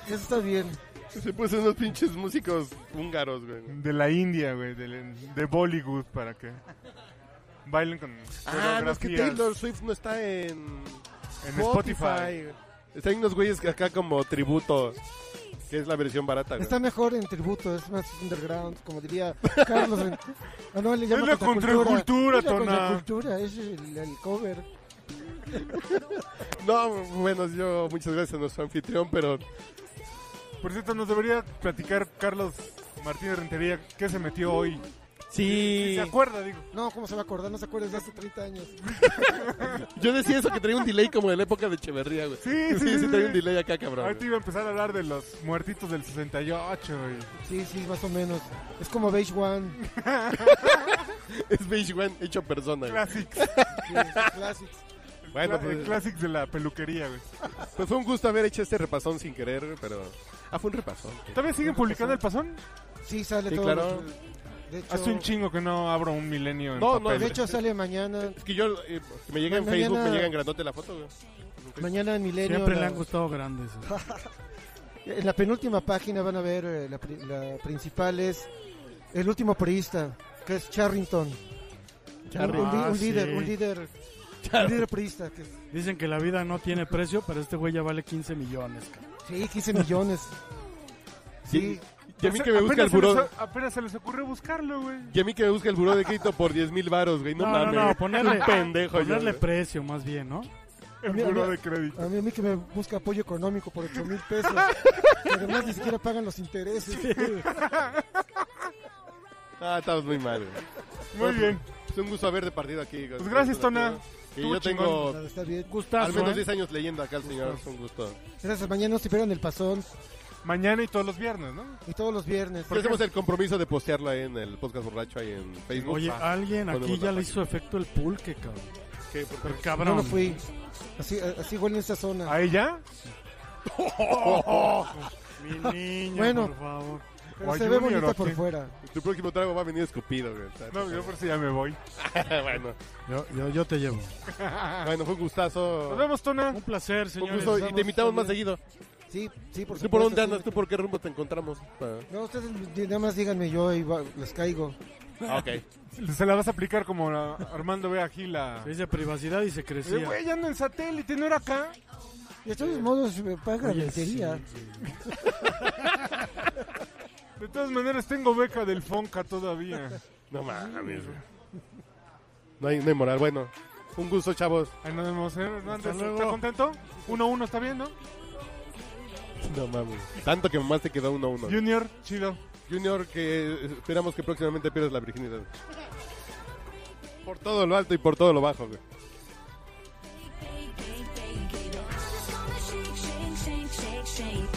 Speaker 11: Eso está bien.
Speaker 2: Se puse unos pinches músicos húngaros, güey.
Speaker 4: De la India, güey, de, de Bollywood, para que bailen con
Speaker 2: Ah, no, es que
Speaker 4: coreografías.
Speaker 2: Taylor Swift no está en...
Speaker 4: En Spotify.
Speaker 2: Están unos güeyes que acá como tributo. Que es la versión barata, güey.
Speaker 11: Está mejor en tributo, es más underground, como diría Carlos. En... Ah, no, le llama
Speaker 2: Es la contracultura,
Speaker 11: Es la
Speaker 2: Tona.
Speaker 11: contracultura, es el, el cover.
Speaker 2: No, bueno, yo muchas gracias a nuestro anfitrión, pero
Speaker 4: Por cierto, nos debería platicar Carlos Martínez Rentería qué se metió hoy.
Speaker 2: Sí.
Speaker 4: Si ¿Se acuerda, digo?
Speaker 11: No, ¿cómo se va a acordar? No se acuerda desde hace 30 años.
Speaker 2: yo decía eso que traía un delay como de la época de Echeverría, güey.
Speaker 4: Sí, sí,
Speaker 2: sí,
Speaker 4: sí,
Speaker 2: traía
Speaker 4: sí.
Speaker 2: un delay acá, cabrón.
Speaker 4: Ahorita iba a empezar a hablar de los muertitos del 68.
Speaker 11: Sí, sí, más o menos. Es como Beige One.
Speaker 2: Es Beige One hecho persona. güey.
Speaker 4: Classics.
Speaker 11: classics.
Speaker 2: Bueno,
Speaker 4: Cla- el
Speaker 2: pues-
Speaker 4: Classics de la peluquería, güey.
Speaker 2: Pues fue un gusto haber hecho este repasón sin querer, güey, pero. Ah, fue un repasón.
Speaker 4: ¿Todavía siguen publicando el pasón?
Speaker 11: Sí, sale
Speaker 2: Sí,
Speaker 11: todo.
Speaker 2: claro.
Speaker 11: De hecho,
Speaker 4: Hace un chingo que no abro un milenio en
Speaker 2: No, no,
Speaker 4: papel.
Speaker 11: de hecho sale mañana.
Speaker 2: Es que yo, eh, que me llega en
Speaker 11: Mañana-
Speaker 2: Facebook, me llega en grandote la foto, güey.
Speaker 11: Mañana en Milenio.
Speaker 1: Siempre
Speaker 11: la-
Speaker 1: le han gustado grandes. ¿eh?
Speaker 11: En la penúltima página van a ver, eh, la, pri- la principal es el último priista, que es Charrington. Un, un
Speaker 1: Charrington.
Speaker 11: li-
Speaker 1: Ah,
Speaker 11: un líder,
Speaker 1: sí.
Speaker 11: un líder,
Speaker 1: Char-
Speaker 11: un líder priista. Que,
Speaker 1: Dicen que la vida no tiene precio, pero este güey ya vale 15 millones. cabrón.
Speaker 11: sí, 15 millones. Sí.
Speaker 2: Y a mí
Speaker 4: O sea,
Speaker 2: que me busca el
Speaker 4: apenas se
Speaker 2: buró.
Speaker 4: les- Apenas se les ocurrió buscarlo, güey.
Speaker 2: Y a mí que me busca el buró de crédito por 10 mil varos, güey. No,
Speaker 1: No, no,
Speaker 2: mames.
Speaker 1: no, ponerle,
Speaker 2: Un pendejo, yo,
Speaker 1: ponerle
Speaker 2: güey.
Speaker 1: precio más bien, ¿no?
Speaker 11: A mí- a mí- A mí, a mí que me busca apoyo económico por 8 mil pesos. que además ni siquiera pagan los intereses.
Speaker 2: Ah, estamos muy mal, güey.
Speaker 4: Muy bien.
Speaker 2: Es un gusto haber partido aquí. güey.
Speaker 4: Pues gracias, Tona.
Speaker 2: Y
Speaker 4: Estuvo
Speaker 2: yo tengo
Speaker 11: chingón. Está bien. Gustazo,
Speaker 2: al menos
Speaker 11: ¿eh?
Speaker 2: 10 años leyendo acá al señor. Es un gusto.
Speaker 11: Gracias, mañana nos esperan el pasón.
Speaker 4: Mañana y todos los viernes, ¿no?
Speaker 11: Y todos los viernes.
Speaker 2: Pero hacemos el compromiso de postearlo ahí en el podcast borracho, ahí en Facebook.
Speaker 1: Oye,
Speaker 2: Ah,
Speaker 1: alguien aquí
Speaker 2: ponemos
Speaker 1: ya
Speaker 2: la
Speaker 1: le
Speaker 2: página.
Speaker 1: hizo efecto el pulque, cabrón.
Speaker 2: ¿Qué? ¿Por qué?
Speaker 1: Pero cabrón.
Speaker 11: No, no fui. Así, así igual en esta zona.
Speaker 4: ¿A ella?
Speaker 11: ¡Oh!
Speaker 2: Oh.
Speaker 1: Mi niño,
Speaker 11: Bueno,
Speaker 1: por favor.
Speaker 11: pero se ve bonita por fuera.
Speaker 2: Tu próximo trago va a venir escupido, güey.
Speaker 4: No, yo por si ya me voy.
Speaker 2: bueno.
Speaker 1: Yo, yo, yo te llevo.
Speaker 2: Bueno, fue un gustazo.
Speaker 4: Nos vemos, Tona.
Speaker 1: Un placer,
Speaker 2: Un
Speaker 1: señores.
Speaker 2: gusto y te invitamos más seguido.
Speaker 11: Sí, sí, por
Speaker 2: ¿Tú por
Speaker 11: supuesto,
Speaker 2: dónde
Speaker 11: sí.
Speaker 2: andas? ¿Tú por qué rumbo te encontramos? Pa-
Speaker 11: No, ustedes di- nada más díganme yo y va- les caigo.
Speaker 2: Ah, ok.
Speaker 4: Se la vas a aplicar como a Armando Vea Gila.
Speaker 1: Se dice privacidad y se
Speaker 4: Eh,
Speaker 1: crecía.
Speaker 4: Güey, ya ando en satélite, no era acá.
Speaker 11: De todos modos, me paga
Speaker 1: Oye,
Speaker 11: la lentería.
Speaker 4: De todas maneras, tengo beca del Fonca todavía.
Speaker 2: No mames, güey. No hay, no hay moral. Bueno, un gusto, chavos.
Speaker 4: Ahí nos vemos, ¿eh,
Speaker 1: Hasta
Speaker 4: Hernández?
Speaker 1: luego.
Speaker 4: ¿Está contento? 1-1, ¿está bien, no?
Speaker 2: No mames. Tanto que más te quedó uno a uno.
Speaker 4: Junior, chido.
Speaker 2: Junior, que esperamos que próximamente pierdas la virginidad. Por todo lo alto y por todo lo bajo, güey.
Speaker 13: Shake, shake, shake, shake, shake.